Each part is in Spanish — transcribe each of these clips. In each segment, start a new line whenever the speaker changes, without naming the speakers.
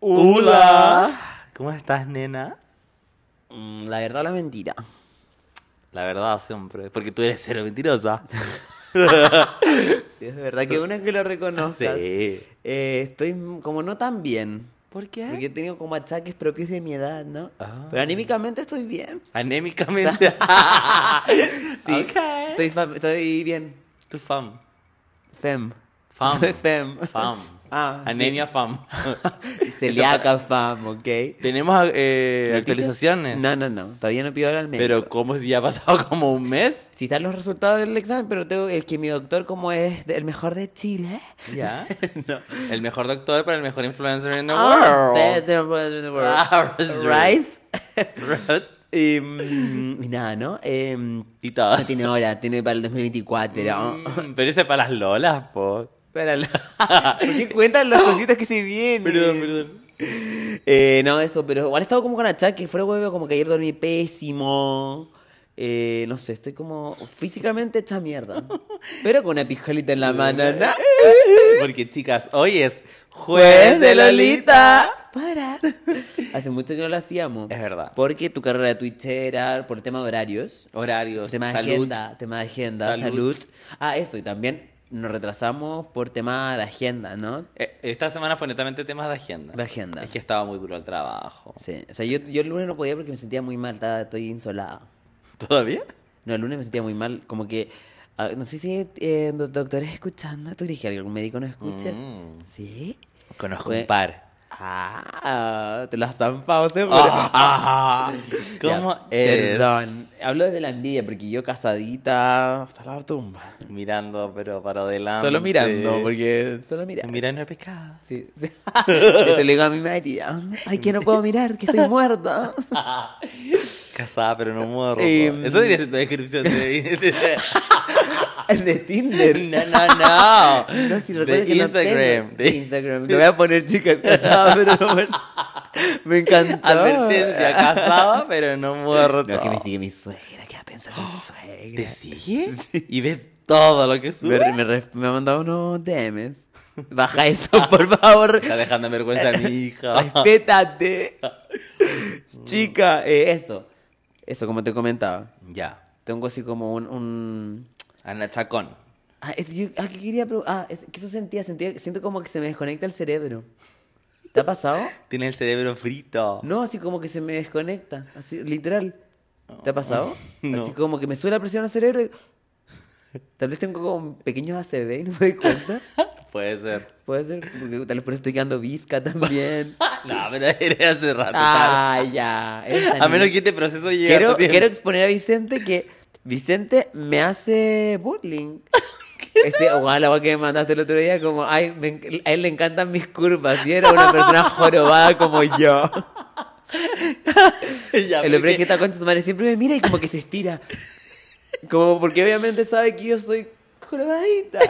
Hola. ¿Cómo estás, nena?
Mm, La verdad, la mentira.
La verdad, siempre. Porque tú eres cero mentirosa.
Sí, es verdad que una que lo reconozcas.
Sí.
Eh, estoy m- como no tan bien.
¿Por qué?
Porque he tenido como achaques propios de mi edad, ¿no?
Ah.
Pero anímicamente estoy bien.
Anémicamente.
Ah. Sí.
Ok.
Estoy, fam- estoy bien.
Tu fam.
Fem.
Fam.
Soy fem.
Fam.
Ah, sí.
Anemia fam.
Celíaca fam, ¿ok?
Tenemos eh,
¿Noticias?
actualizaciones.
No, no, no. Todavía no pido ahora al médico.
Pero ¿cómo si ya ha pasado como un mes?
Si están los resultados del examen, pero tengo el que mi doctor, como es el mejor de Chile.
Ya. El mejor doctor para el mejor influencer in the
Ah, best
world.
doctor in the world.
Ah, that's
Right?
Right.
Y, mm, y nada, ¿no? Eh, no
Y todo.
tiene hora, tiene para el 2024. ¿no?
Mm, Pero ese es para las lolas, po.
Para la- ¿Por qué cuentan las cositas que se vienen?
Perdón, perdón.
Eh, no, eso, pero igual he estado como con achaques. Fuera huevo, como que ayer dormí pésimo. Eh, no sé, estoy como físicamente hecha mierda. Pero con una pijalita en la mano, ¿no?
Porque, chicas, hoy es
Jueves de Lolita. Para. Hace mucho que no lo hacíamos.
Es verdad.
Porque tu carrera de Twitch era por tema de horarios.
Horarios,
Tema de
salud.
agenda, tema de agenda,
Salud.
salud. Ah, eso, y también nos retrasamos por tema de agenda, ¿no?
Eh, Esta semana fue netamente temas de agenda.
De agenda.
Es que estaba muy duro el trabajo.
Sí, o sea, yo, yo el lunes no podía porque me sentía muy mal, estaba, estoy insolada.
¿Todavía?
No, el lunes me sentía muy mal, como que, ah, no sé si eh, do- doctores escuchando, ¿tú crees que algún médico no escuches?
Mm.
¿Sí?
Conozco
Fue-
un par.
Ah, te lo has zampado seguro.
Ah, ¿Cómo
Ya,
eres?
Perdón, hablo desde la envidia porque yo casadita hasta la tumba.
Mirando, pero para adelante.
Solo mirando, porque solo mirando.
Mirando el pescado.
Sí, sí. Eso le digo a mi María. Ay, que no puedo mirar, que estoy muerta.
Casada, pero no muerto.
Em.
Eso diría ser tu descripción de...
De Tinder.
No, no, no.
No, si recuerdo
de
que no
Instagram.
tengo
de-
Instagram. Te voy a poner chicas casadas, pero no muertas. Me encantó.
Advertencia, casada, pero no muerto.
No, que me sigue mi suegra. ¿Qué va a pensar mi suegra?
¿Te sigue? Y ves todo lo que
Me,
sube.
me, re- me ha mandado unos DMs. Baja eso, por favor.
Está dejando en vergüenza a mi hija.
Respétate. Chica, eh, eso. Eso, como te comentaba.
Ya.
Tengo así como un... un...
Ana Chacón.
Ah, es- yo- ah, que quería pro- Ah, es- que eso sentía, sentía, siento como que se me desconecta el cerebro. ¿Te ha pasado?
Tiene el cerebro frito.
No, así como que se me desconecta, así, literal. ¿Te ha pasado?
No.
Así como que me sube la presión al cerebro y... Tal vez tengo como pequeños ACV y no me doy cuenta.
Puede ser.
Puede ser, porque tal vez por eso estoy quedando visca también.
No, pero era hace rato.
ah, ya.
tal.
esa
a menos
niña.
que este proceso llegue a
quiero,
tu tiempo.
quiero exponer a Vicente que Vicente me hace bullying. Ese ojalá la guay que me mandaste el otro día, como, ay, me enc- a él le encantan mis curvas, y era una persona jorobada como yo.
Ya,
El hombre
porque-
que está con su madre siempre me mira y como que se estira. Como porque obviamente sabe que yo soy jorobadita.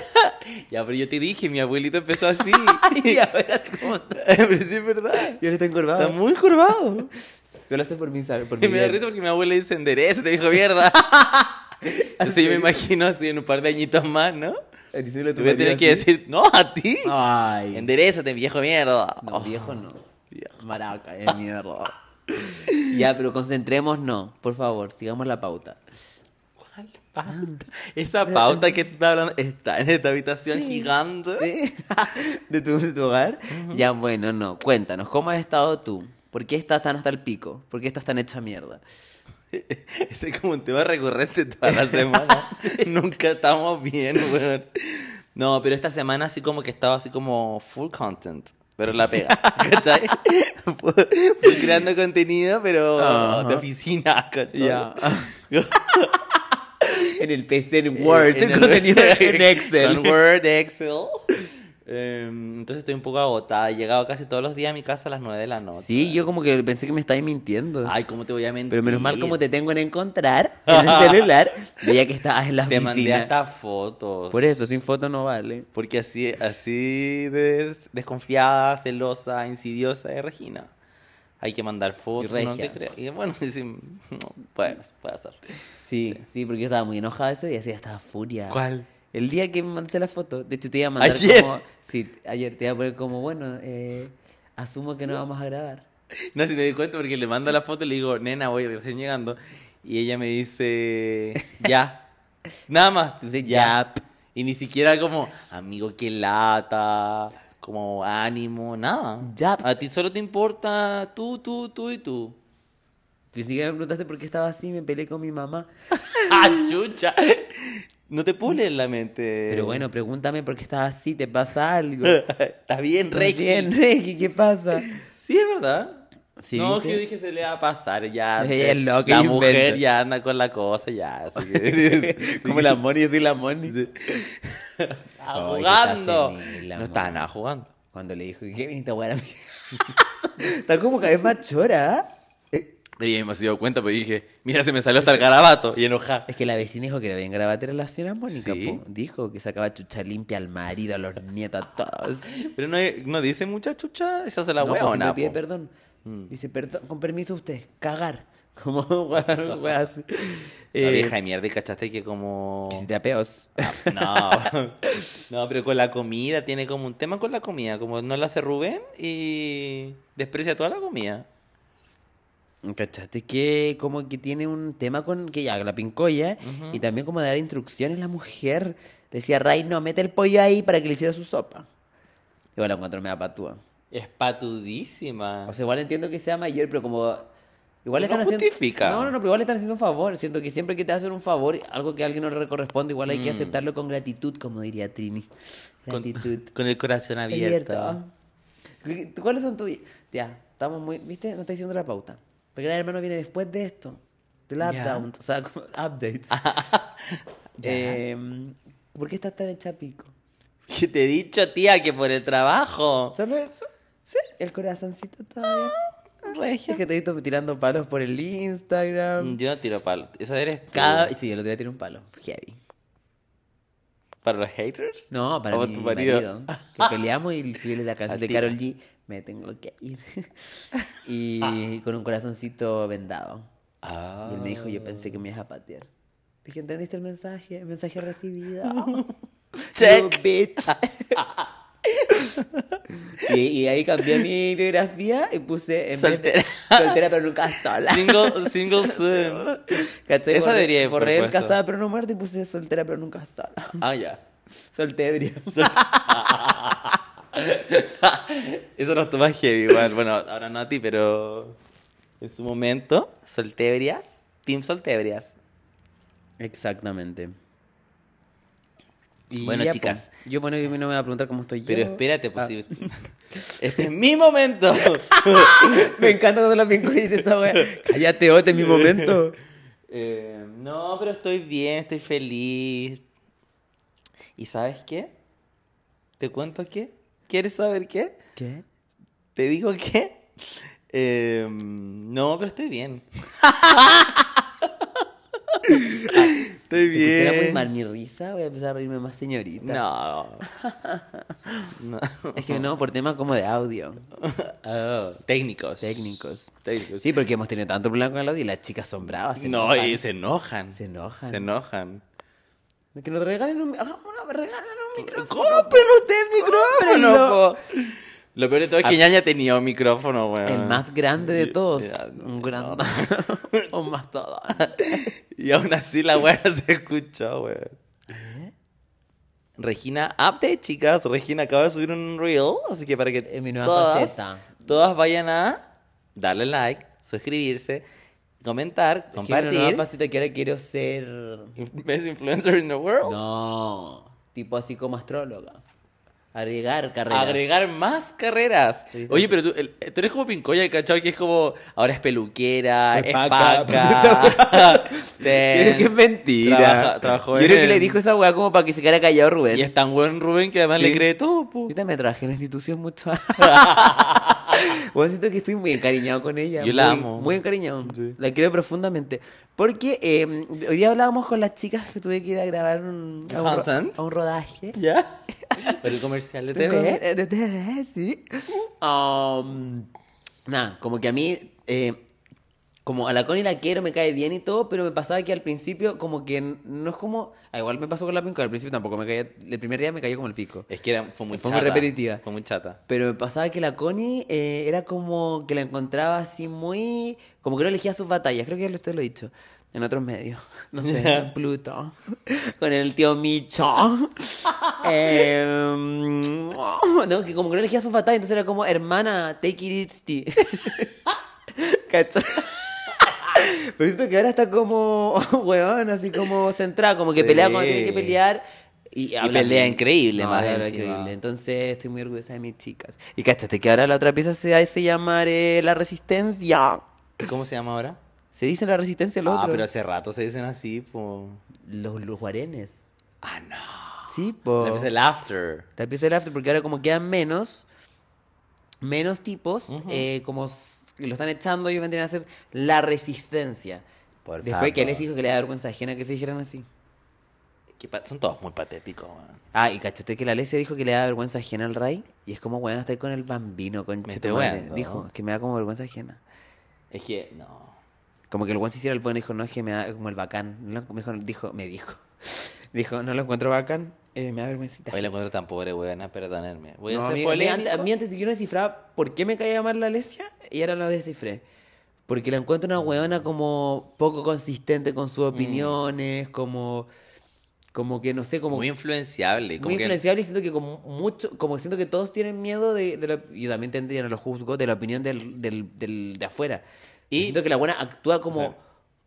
Ya, pero yo te dije, mi abuelito empezó así.
Y ahora como,
pero sí es verdad.
yo no estoy
Está
encorvado.
muy curvado.
Yo lo hace por mi sal- por mi
Y me da
bien.
risa porque mi abuela dice endereza, te dijo mierda. Entonces yo me imagino así en un par de añitos más, ¿no?
El diseño de
Te
Eh, tu
voy a
marido
tener que
así.
decir, no, a ti.
Ay.
Enderezate, viejo mierda.
No,
Ah,
viejo no. Maraca, de mierda. ya, pero concentrémonos, no. Por favor, sigamos la pauta.
¿Cuál pauta?
Ah.
Esa pauta que está hablando está en esta habitación gigante.
¿Sí? ¿De tu, de tu hogar? Ya, bueno, no. Cuéntanos, ¿cómo has estado tú? ¿Por qué estás tan hasta el pico? ¿Por qué estás tan hecha mierda?
Ese es como un tema recurrente toda la semana. Nunca estamos bien, weón. No, pero esta semana así como que estaba así como full content. Pero la pega, ¿cachai? Fui fui creando contenido, pero
Ajá.
de oficina, ¿cachai?
Ya. En el PC, en Word,
Eh, En
en,
el-
contenido en Excel.
En Word, Excel. Em, entonces estoy un poco agotada. He llegado casi todos los días a mi casa a las 9 de la noche.
Sí, yo como que pensé que me estabas mintiendo.
Ay, ¿cómo te voy a mentir?
pero menos mal como te tengo en encontrar en el celular, veía que estabas en la
Te mandé
oficina.
hasta fotos.
Por eso, sin foto no vale.
Porque así, así de desconfiada, celosa, insidiosa es Regina. Hay que mandar fotos,
Y
no te
regia.
creo. Y bueno, sí, no, puede, puede ser.
Sí, sí, porque yo estaba muy enojada ese día, sí, ya estaba furia.
¿Cuál?
El día que me mandaste la foto, de hecho te iba a mandar
Ayer.
como... Sí, ayer te iba a poner como, bueno, eh, asumo que no vamos a grabar.
No, si me di cuenta porque le mando la foto y le digo, nena, voy recién llegando. Y ella me dice, ya. Nada más.
Dice, "Ya".
Y ni siquiera como, amigo, qué lata, como ánimo, nada.
Ya.
A ti solo te importa tú, tú, tú y tú.
Ni siquiera me preguntaste por qué estaba así, me peleé con mi mamá.
¡Ah, chucha! No te puedes leer la mente.
Pero bueno, pregúntame por qué estaba así, ¿te pasa algo?
Está bien,
¿Estás
Regi.
bien, Regi, ¿qué pasa?
Sí, es verdad.
Sí,
no,
¿viste?
que yo dije se le va a pasar ya.
Ella es loca,
la
inventa.
mujer ya anda con la cosa ya. así que-
Como la Moni, yo soy la Moni.
Estaba
Ay, que está
jugando.
senil,
No
amor.
estaba nada jugando.
Cuando le dijo, ¿qué viniste a jugar a mí? Está como cada vez más chora, ¿ah?
Pero yo me he dado cuenta, pues dije, mira, se me salió hasta el garabato y enojada.
Es que la vecina dijo que le habían grabado a la señora Mónica,
Sí.
po. Dijo que sacaba chucha limpia al marido, a los nietos, a todos.
Pero no, no dice mucha chucha, esa se la
No, pues,
hueona. po.
siempre pide
Mm.
perdón. Dice, perdón, con permiso usted, cagar. Como weón, weón, así.
La
Eh,
vieja de mierda, y cachaste que como.
que si te apeos.
No, no, pero con la comida, tiene como un tema con la comida. Como no la hace Rubén y desprecia toda la comida.
¿Cachaste que como que tiene un tema con que ya la pincoya y también como de dar instrucciones la mujer? Le decía, Ray, no, mete el pollo ahí para que le hiciera su sopa. Igual la encuentro media patúa.
Es patudísima.
O sea, igual entiendo que sea mayor, pero como... Igual
Pero
están
no
haciendo...
justifica.
No, no, no, pero igual están haciendo un favor. Siento que siempre que te hacen un favor, algo que a alguien no le corresponde, igual hay que aceptarlo con gratitud, como diría Trini.
Mm. con,
Gratitud.
con el corazón abierto.
Abierto. ¿Cu- ¿Cuáles son tus...? Ya, estamos muy... ¿Viste? No está diciendo la pauta. Porque el hermano viene después de esto. Del
Ya.
updown. O sea, como updates. Em, ¿Por qué estás tan hecha pico?
Que te he dicho, tía, que por el trabajo.
¿Solo eso? Sí. El corazoncito todavía.
Regio.
Es que te he visto tirando palos por el Instagram.
Yo no tiro palo. Esa eres tú.
Cada... Sí, el otro día tiré un palo. Heavy.
¿Para los haters?
No, para
¿O
mi
Oh, tu
marido.
marido?
Que peleamos y le subí la canción de
ti.
Carol G. Me tengo que ir. y con un corazoncito vendado.
Ah.
Y él me dijo, yo pensé que me ibas a patear. Dije, ¿entendiste el mensaje? El mensaje recibido.
Check.
You bitch. y, y ahí cambié mi biografía y puse... En vez de-
Soltera.
soltera pero nunca sola.
Single, single soon.
¿Cachai?
Esa
Borré-
debería haber
Borré el
puesto.
casada pero no muerta y puse soltera pero nunca sola.
Ah, ya.
Soltebria.
Eso nos toma heavy, igual. Bueno, ahora no a ti, pero en su momento, soltebrias, team soltebrias.
Exactamente. Y
Bueno,
ya,
chicas.
po. Yo, bueno, yo no me voy a preguntar cómo estoy
Pero
yo.
espérate, pues
Ah,
si- Este es mi momento.
Me encanta cuando la pinco dice esa wea. Cállate, ote, mi momento.
Eh, no, pero estoy bien, estoy feliz. ¿Y sabes qué? ¿Te cuento qué? ¿Quieres saber qué?
¿Qué?
¿Te digo qué? Eh, no, pero estoy bien. estoy
Si escuchara
bien.
muy mal mi risa, voy a empezar a reírme más, señorita.
No. oh, No.
Es que no, por temas como de audio,
Oh, técnicos.
técnicos.
Técnicos.
Sí, porque hemos tenido tanto problema con el audio y las chicas son bravas. se
Pues no,
enojan.
y se enojan.
Se enojan.
Se enojan.
Que nos regalen un... hagamos una- regálanos un micrófono.
¡Cómprenlo usted el
Cómprenlo.
micrófono! po! Lo peor de todo es que Ñaña tenía un micrófono, weón.
El más grande de todos.
Ah, Ya, no,
un gran... un más todo.
Y aún así la weá no se escuchó, weón.
¿Eh?
Regina, update, chicas. Regina acaba de subir un reel, así que para que
En mi nueva
todas,
faceta.
todas vayan a darle like, suscribirse, comentar,
Quiero una nueva
compartir.
faceta que ahora quiero ser...
Best influencer in the world.
No, tipo así como astróloga. Agregar carreras.
Agregar más carreras.
Sí, sí.
Oye, pero tú, el- eh, tú eres como Pincoya, ¿cachai? Que es como, ahora es peluquera,
Fue
es
paca.
paca.
Es
dance,
que es mentira.
trabaja- trabajó
Yo creo
en-
que le dijo esa weá como para que se quedara callado Rubén.
Y es tan buen Rubén que además
Sí.
le cree todo, po.
Yo también trabajé en la institución mucho. Bueno, siento que estoy muy encariñado con ella.
Yo la
muy-
amo.
Muy encariñado. La quiero profundamente. Porque eh, hoy día hablábamos con las chicas que tuve que ir a grabar un, a, un ro-
Content.
a un rodaje.
¿Ya? Pero el comercial de TV.
Tengo- De TV, sí. Um, nada, como que a mí eh, Como a la Connie la quiero, me cae bien y todo, pero me pasaba que al principio, como que n- no es como. ah, igual me pasó con la Pinco, al principio tampoco me caía. El primer día me cayó como el pico.
Es que era, fue muy
Fue muy
chata.
repetitiva.
Fue muy chata.
Pero me pasaba que la Connie eh, era como que la encontraba así muy. Como que no elegía sus batallas. Creo que ya lo estoy lo he dicho. En otros medios. No sé, en Pluto. Con el tío Micho. Eh, oh, no, que como que no elegía sus batallas. Entonces era como, hermana, take it easy. ¿Cachai? Pero siento que ahora está como, weón, así como centrada, como que
Sí.
pelea cuando tiene que pelear. Y, habla
pelea
bien.
increíble, más
habla
encima.
increíble. Entonces estoy muy orgullosa de mis chicas. Y cachate que ahora la otra pieza se hace llamar eh, La Resistencia.
¿Cómo se llama ahora?
Se dice La Resistencia el
ah,
otro.
pero hace rato se dicen así, po.
Los, los guarenes.
Ah, no.
Sí, po.
Es el after.
La pieza del after, porque ahora como quedan menos, menos tipos, eh, como s- lo están echando, ellos vendrían a hacer La Resistencia.
Por
Después que
favor.
les dijo que le da vergüenza ajena que se dijeran así.
Que pa- Son todos muy patéticos, man.
Ah, y cachete que la Alesia dijo que le da vergüenza ajena al Ray. Y es como, bueno, estoy con el bambino, con
estoy weando.
Dijo, es que me da como vergüenza ajena.
Es que, no.
Como que el buen se hiciera el bueno, dijo, no, es que me da como el bacán. No lo- me dijo, dijo, me dijo. Dijo, no lo encuentro bacán, eh, me da vergüencita.
Hoy la encuentro tan pobre, weón. A perdonarme. Voy a
No,
ser
amiga, a mí antes-
polémico.
A mí antes yo no descifraba por qué me caía mal la Alesia y ahora lo descifré. Porque la encuentro una weona como poco consistente con
Mm.
sus opiniones, como, como que no sé, como
Muy influenciable. Como
muy
que-
influenciable y siento que como mucho, como siento que todos tienen miedo de, de la- yo también tendría, no lo juzgo, de la opinión del, del, del- de afuera. Y
Y-
siento que la buena actúa como,
Claro.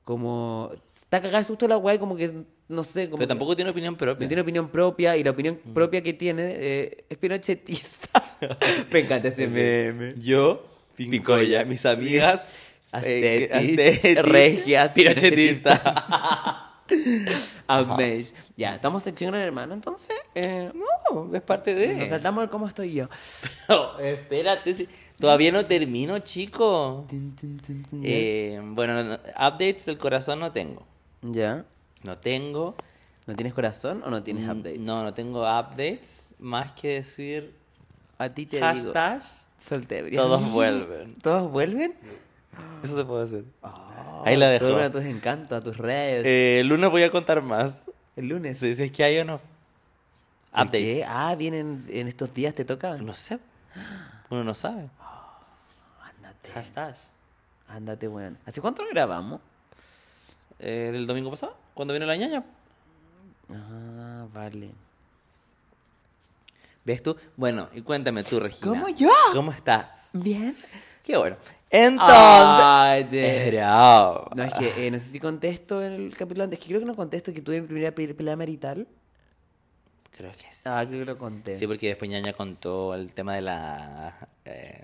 como, está cagada de susto la weá y como que, no sé, como
Pero
que
tampoco tiene opinión propia.
no tiene opinión propia y la opinión
Mm.
propia que tiene eh, es pinochetista. me encanta ese meme.
Yo, Pincoya, mis amigas, eh,
Astetis,
que- astetis,
regias,
pinochetistas.
Amaze. Ya, ¿estamos en chingón hermano entonces? Eh,
No, es parte de.
Nos saltamos al cómo estoy yo.
No, espérate, si- todavía no termino, chico.
Tin, tin, tin, tin, ya.
Eh, bueno, no- updates del corazón no tengo.
Ya.
No tengo.
¿No tienes corazón o no tienes
Mm,
update?
No, no tengo updates. Más que decir
A ti te digo.
hashtag,
Soltebrio.
todos vuelven.
¿Todos vuelven?
Eso se puede hacer. Oh, Ahí la dejo.
Vuelven a tus encantos, a tus redes.
Eh, el lunes voy a contar más.
el lunes.
Si, si es que hay o no.
¿Por qué?
Updates.
Ah, vienen en estos días, te tocan.
Ah, No sé. Uno no sabe.
Ándate.
Hashtag.
Ándate, weón. ¿Hace cuánto lo grabamos?
Eh, ¿El domingo pasado? cuando vino la ñaña?
Ah, vale.
¿Ves tú? Bueno, y cuéntame tú, Regina.
¿Cómo yo?
¿Cómo estás?
Bien.
Qué bueno. Entonces... Ah,
Ay, de-
Era-
eh, No, es que eh, no sé si contesto en el capítulo antes. Es que creo que no contesto que tuve mi primera pe- pelea marital.
Creo que sí.
Ah, creo que lo conté.
Sí, porque después ñaña contó el tema de las eh,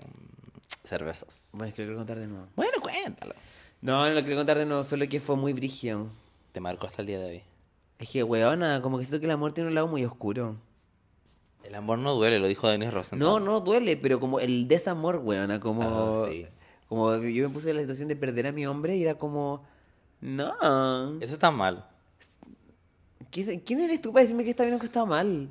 cervezas.
Bueno, es que lo quiero contar de nuevo.
Bueno, cuéntalo.
No, no lo quiero contar de nuevo, solo que fue muy brígido.
Te marcó hasta el día de hoy.
Es que, weona, como que siento que la muerte tiene un lado muy oscuro.
El amor no duele, lo dijo Denis Rosenthal.
No, no duele, pero como el desamor, weona, como...
Ah, sí.
Como yo me puse en la situación de perder a mi hombre y era como... No.
Eso está mal.
¿Qui- ¿Quién eres tú para decirme que está bien o que está mal?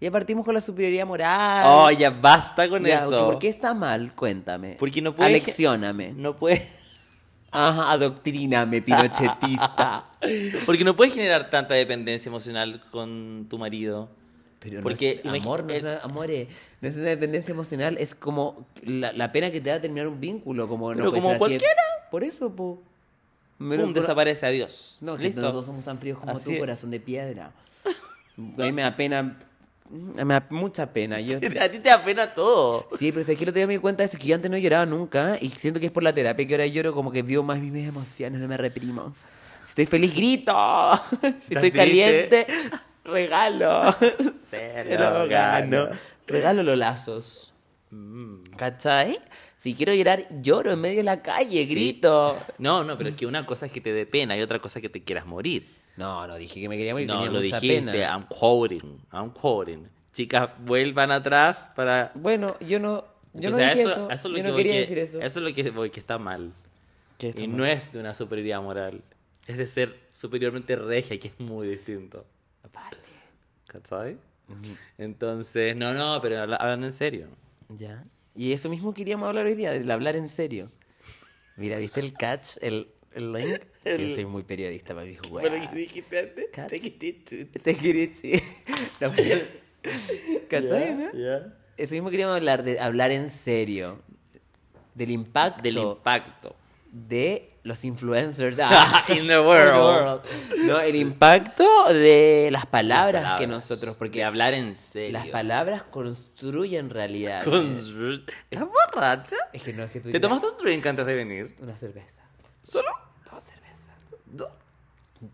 Ya partimos con la superioridad moral.
Oh, ya basta con
Ah. Ya,
eso.
¿Por qué está mal? Cuéntame.
Porque no puede-
Aleccióname.
No puede...
Ajá, adoctríname, pinochetista.
Porque no puedes generar tanta dependencia emocional con tu marido.
Pero
Porque
no es,
imagi- eh,
amor, no es,
el-
amore, no es una dependencia emocional, es como la, la pena que te da terminar un vínculo, como no
Pero
puede
como
ser así de-
cualquiera.
Por eso, po. Me lo-
Pum, desaparece, adiós.
No, que
Listo.
nosotros somos tan fríos como
Así
tu
es.
corazón de piedra. A mí me da pena, me da mucha pena. Yo
A ti te da pena todo.
Sí, pero es que el otro día me di cuenta de eso, que yo antes no lloraba nunca y siento que es por la terapia que ahora lloro, como que vivo más mis emociones, no me reprimo. Si estoy feliz, grito. Si estoy
triste?
caliente, regalo.
Se
Pero gano. Regalo los lazos.
Mm.
¿Cachai? Si quiero llorar, lloro en medio de la calle, grito.
No, no, pero es que una cosa es que te dé pena y otra cosa es que te quieras morir.
No, no dije que me quería morir,
no,
tenía
lo
mucha
dijiste.
pena.
I'm quoting. I'm quoting. Chicas, vuelvan atrás para.
Bueno, yo no, yo
Entonces,
no
a
dije eso.
a es lo
yo
que
no
voy
quería
que-
decir eso.
Eso es lo que, voy, que está mal.
¿Qué
y no es de una superioridad moral. Es de ser superiormente regia, que es muy distinto. Vale. ¿Cachai? Entonces, no, no, pero habla- hablando en serio.
Ya. Y eso mismo queríamos hablar hoy día, del hablar en serio. Mira, ¿viste el catch? El, el link.
El-
Yo soy muy periodista para mis
Pero que
weas.
dijiste antes,
Cats.
take it to-
Te quería sí. La wea- ¿Cachai, no?
Ya, ya.
Eso mismo queríamos hablar, de hablar en serio. Del impacto
Del impacto.
de los influencers. Ah,
In the world.
No, el impacto de las palabras, que
Palabras.
nosotros, porque
De hablar en serio.
las palabras construyen realidad.
Con- ¿Estás borracha?
Es que no es que tú
¿Te tomaste un drink antes de venir?
una cerveza.
¿Solo?
Dos cervezas.
Dos.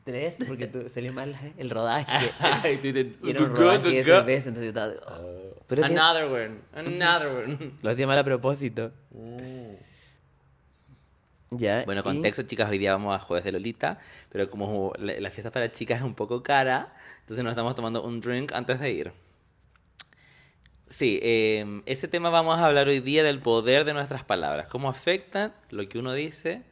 Tres, porque tú, salió mal ¿eh? el rodaje.
Ay, tú te-
Y era un
tú-
rodaje
tú-
de
tú-
cerveza, entonces yo estaba. oh. Pero es que
Another one. Another one. Uh.
lo hacía mal a propósito. Ya.
Bueno,
y-
contexto, chicas, hoy día vamos a Jueves de Lolita, pero como la, la fiesta para chicas es un poco cara, entonces nos estamos tomando un drink antes de ir. Sí, eh, ese tema vamos a hablar hoy día del poder de nuestras palabras, cómo afectan lo que uno dice,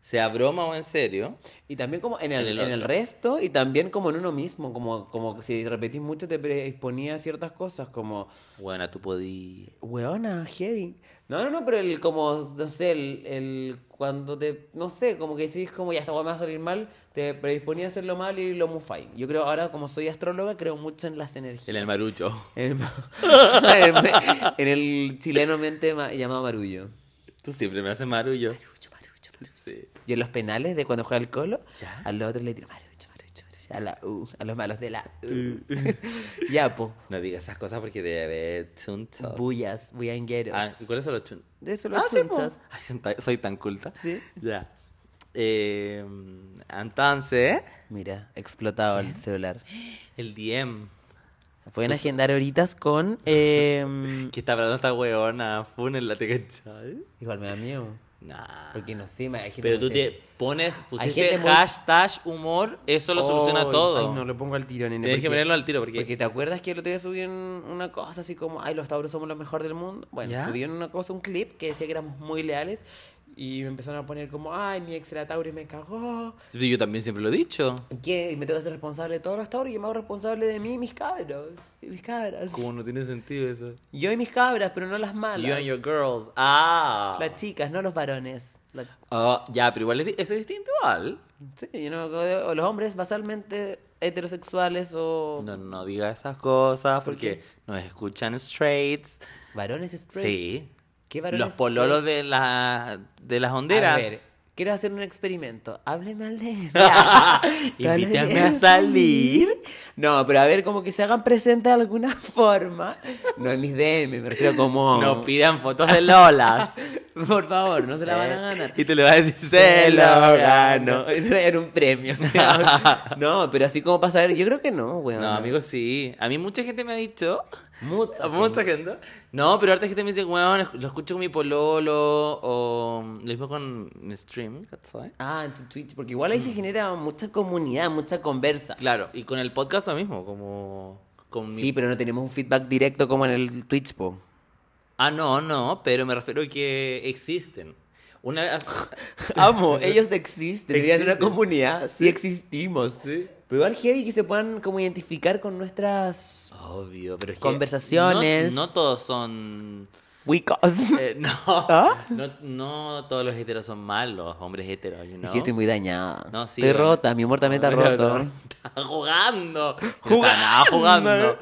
sea broma o en serio.
Y también como en el,
En el
en el
otro.
resto y también como en uno mismo, como, como si repetís mucho te predisponía a ciertas cosas, como,
Bueno, tú podías...
weona, heavy. No, no, no, pero el como, no sé, el, el cuando te, no sé, como que decís como ya esta weá me va a salir mal, te predisponía a hacerlo mal y lo mufáis. Yo creo, ahora como soy astróloga, creo mucho en las energías.
En el marucho.
En el, en el chileno mente ma- llamado marullo.
Tú siempre me haces marullo. Sí.
Y en los penales de cuando juega el colo,
Ya.
al otro le tiro marucho, marucho, marucho, a la U, a los malos de la U. ya, po.
No digas esas cosas porque debe chuntos.
Bullas, bullangueros.
Ah, ¿y ¿Cuáles son los chuntos?
De eso los
Ah, sí, po.
chunchas.
Ay, soy tan- soy tan culta.
Sí.
Ya. Eh, entonces,
Mira, explotado el celular.
el DM.
Pueden agendar horitas con... eh,
Que está hablando esta weona? Fúnenla, ¿te cachai?
Igual me da miedo.
Nah.
Porque no sé, me- hay gente
Pero
muy
tú te
seria.
pones,
gente
pusiste
muy-
hashtag humor, eso lo soluciona
Ay,
todo.
Ay, no, lo pongo al tiro, nene.
Tienes que
porque-
ponerlo al tiro porque-
te acuerdas que el otro día subí en una cosa así como, ay, los tauros somos los mejor del mundo. Bueno,
¿Ya?
subí en una cosa, un clip que decía que éramos muy leales y me empezaron a poner como, ay, mi ex era tauro y me cagó.
Sí, Yo también siempre lo he dicho.
¿Qué? Y me tengo que ser responsable de todos los tauros y yo me hago responsable de mí y mis cabros. Y mis cabras.
Como no tiene sentido eso.
Yo y mis cabras, pero no las malas.
You and your girls. Ah.
Las chicas, no los varones. La-
Ah, ya, pero igual es, di- eso es distinto al.
Sí, yo no me acuerdo de- o los hombres basalmente heterosexuales o
No, no diga esas cosas porque nos escuchan straights.
varones straight.
Sí.
¿Qué varones
Los pololos
straight?
de, la, de las
A ver,
honderas.
quiero hacer un experimento. Hábleme al de.
Invítame a salir.
No, pero a ver, como que se hagan presentes de alguna forma. No en mis DM, me refiero como.
Nos pidan fotos de Lolas. Eh,
Por favor, Oh. no se la van a ganar.
Y tú le vas a decir, se lo gano.
Eso era un premio. o sea, no, pero así como para saber, yo creo que no, weón.
No, amigo, sí. A mí mucha gente me ha dicho.
Mucha
a mucha gente. No, pero harta gente me dice, weón, esc- lo escucho con mi pololo. O lo mismo con mi stream, ¿cachai?
Ah, en tu Twitch, porque igual ahí se genera mucha comunidad, mucha conversa.
Claro, y con el podcast lo mismo, como. Con mi
Sí, pero no tenemos un feedback directo como en el Twitch, po.
Ah, no, no, pero me refiero que existen. Una
Amo, ellos existen. Debería ser una
Existen.
comunidad. Sí existimos.
Sí.
Pero igual heavy que se puedan como identificar con nuestras
Obvio, pero es que
Conversaciones.
No, no todos son.
wicos.
eh, no,
¿Ah?
no, no todos los heteros son malos, hombres heteros, you
Es
know.
que estoy muy dañada.
No, sí,
estoy
bueno.
rota, mi amor también está
Pero
roto.
no, Está jugando. Jugando. jugando.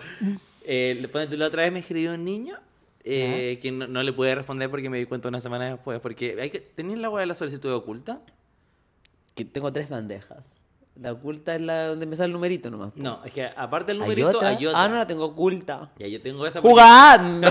Eh, le- ponte tú, la otra vez me escribió un niño eh, que no, no le pude responder porque me di cuenta una semana después. Porque hay que, ¿tenías la hueá de la solicitud oculta?
Que tengo tres bandejas. La oculta es la donde me sale el numerito nomás.
No, es que aparte del
¿Hay
numerito
otra?
hay otra.
Ah, no la tengo oculta.
Ya yo tengo esa porque-
¡Jugando!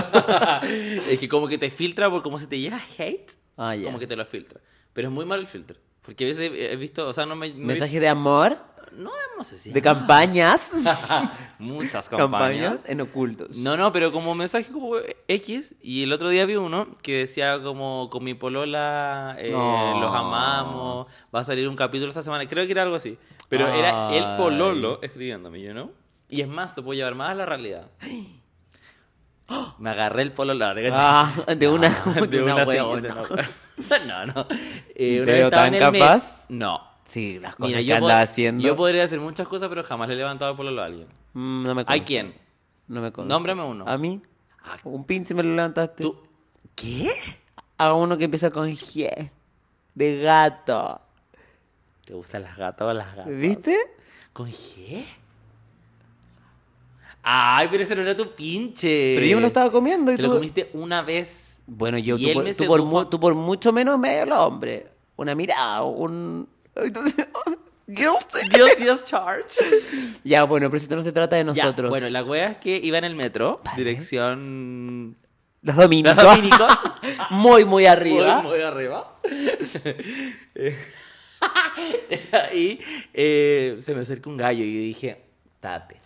es que como que te filtra por cómo se te llega hate,
Ah, ya.
como que te lo filtra. Pero es muy malo el filtro. Porque a veces he visto, o sea, no me... no he
Mensaje de amor,
visto- No, no sé si...
de campañas.
Muchas campañas.
campañas en ocultos.
No, no, pero como mensaje como X. Y el otro día vi uno que decía como con mi polola eh,
No.
los amamos, va a salir un capítulo esta semana. Creo que era algo así. Pero era el
Ay.
pololo escribiéndome, you know? Y es más, lo puedo llevar más a la realidad. Me agarré el pololo. ¿te cachai?
Ah, de una,
de una,
huevona.
señora, no, no. Eh,
¿Te
una vez
veo
estaba
tan
en el metro-
capaz?
No.
Sí, las cosas
Mira,
que
yo,
anda
pod-
haciendo.
yo podría hacer muchas cosas, pero jamás le he levantado el pololo a alguien.
Mm, no me
¿Hay
consta.
quién?
No me consta.
Nómbrame uno.
¿A mí?
Ah.
Un pinche me lo levantaste.
¿Tú? ¿Qué?
A uno que empieza con G. de gato.
¿Te gustan las gatas o las gatas?
¿Viste?
¿Con G? Ay, pero ese no era tu pinche.
Pero yo me lo estaba comiendo y
Te lo
tú-
comiste una vez.
Bueno, yo,
Y
tú
él
por,
me
tú por
sedujo-
mu- tú por mucho menos medio el hombre. Una mirada, un... Entonces, guilty.
Guilty as charged.
Ya, bueno, pero esto no se trata de
Ya,
nosotros.
bueno, la wea es que iba en el metro, dirección...
Los dominicos.
Los dominicos.
muy, muy arriba.
Muy, muy arriba. Eh, y eh, se me acerca un gallo y yo dije, tate.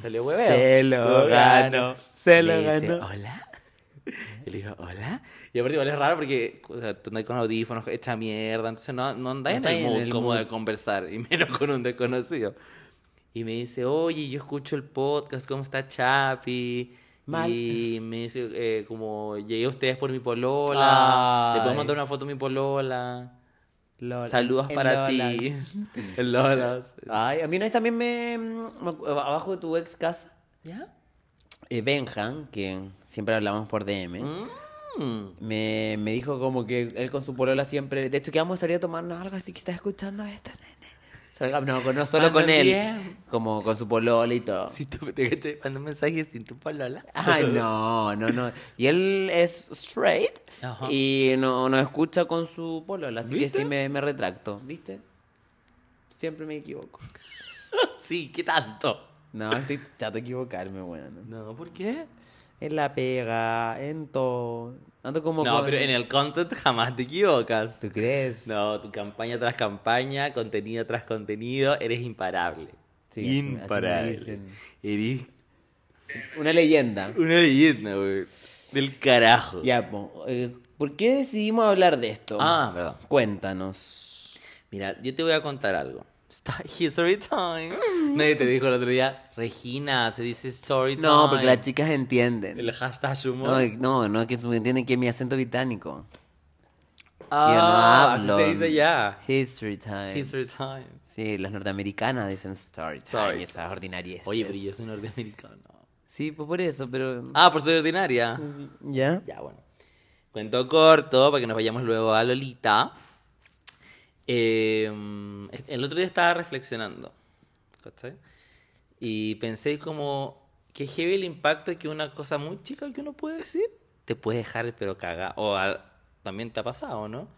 Salió hueveo.
Se lo ganó, se lo
Me dice,
ganó.
Hola. Y le digo, hola. Y aparte igual es raro porque o sea, tú andas con audífonos, esta mierda, entonces no, no andas
No
en el
estás en
mood
el
como
mood.
de conversar, y menos con un desconocido. Y me dice, oye, yo escucho el podcast, ¿cómo está Chapi?
Mal.
Y me dice, eh, como, llegué a ustedes por mi polola. Le puedo
Ay.
mandar una foto a mi polola.
Lola.
Saludos
En
para ti.
Lolas.
Lolas.
Ay, a mí una vez también me... me acu- Abajo de tu ex casa,
¿Ya?
eh, Benjan, que siempre hablamos por DM,
¿Mm?
me, me dijo como que él con su polola siempre... De hecho, que vamos a salir a tomarnos algo, así que estás escuchando esto, nene. Salga- No, con- no solo
Ah, no,
con él,
bien.
como con su polola y todo.
Si tú te cachai, manda un mensaje sin tu polola. Ah,
Ay, no, no, no. Y él es straight
Ajá.
y no, no escucha con su polola, así
¿Viste?
que sí me, me retracto, ¿viste? Siempre me equivoco.
Sí, ¿qué tanto?
No, estoy chato de equivocarme, weón.
No, ¿por qué?
En la pega, en todo. Ando como
No,
con-
pero en el content jamás te equivocas.
¿Tú crees?
No, tu campaña tras campaña, contenido tras contenido, eres imparable.
Sí, así- así me
imparable.
dicen.
Eres
Una leyenda.
una leyenda, güey. Del carajo.
Ya, po, eh, ¿por qué decidimos hablar de esto?
Ah, perdón.
Cuéntanos.
Mira, yo te voy a contar algo. Sta- History time. Nadie te dijo el otro día, Regina, se dice story time.
No, porque las chicas entienden.
eh, El hashtag humor.
No, no, no, que su- entienden que es mi acento británico.
Ah,
que no hablo.
así se dice ya.
History time.
History time.
Sí, las norteamericanas dicen story time.
Story
Esas ordinarias.
Oye, pero yo soy norteamericano.
Sí, pues por eso, pero.
Ah, por soy ordinaria.
¿Ya?
Ya, bueno. Cuento corto, para que nos vayamos luego a Lolita. Eh, el otro día estaba reflexionando, ¿cachai? Y pensé como que heavy el impacto que una cosa muy chica que uno puede decir te puede dejar pero caga. O al- también te ha pasado, ¿no?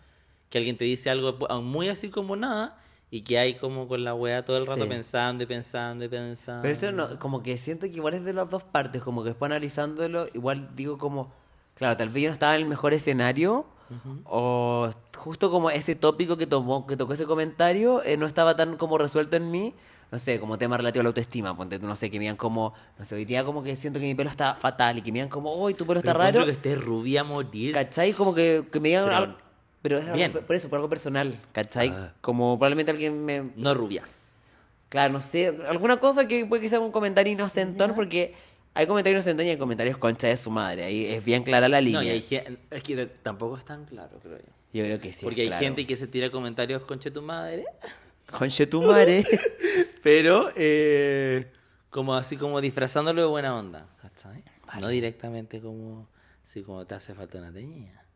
Que alguien te dice algo pu- muy así como nada y que hay como con la weá todo el rato
Sí.
pensando y pensando y pensando.
Pero eso no, como que siento que igual es de las dos partes, como que después analizándolo, igual digo como, claro, tal vez yo no estaba en el mejor escenario, o justo como ese tópico que tomó, que tocó ese comentario, eh, no estaba tan como resuelto en mí, no sé, como tema relativo a la autoestima, ponte tú, no sé, que me digan como, no sé, hoy día como que siento que mi pelo está fatal, y que me digan como, uy, tu pelo está
Pero encuentro
raro,
que esté rubia a morir.
¿cachai? Como que, que me digan
Pero-
algo, pero es algo-
Bien.
por eso, por algo personal, ¿cachai?
Ah.
Como probablemente alguien me,
No rubias.
Claro, no sé, alguna cosa que puede que sea un comentario inocentón, porque hay comentarios inocentón y hay comentarios concha de su madre. Ahí es bien clara la línea.
No, y hay gen- es que tampoco es tan claro, creo yo.
Yo creo que sí. es
Porque hay
claro.
gente que se tira comentarios conche tu madre,
Concha de tu madre.
pero eh, como así como disfrazándolo de buena onda, ¿cachai? No directamente como así como te hace falta una teñida.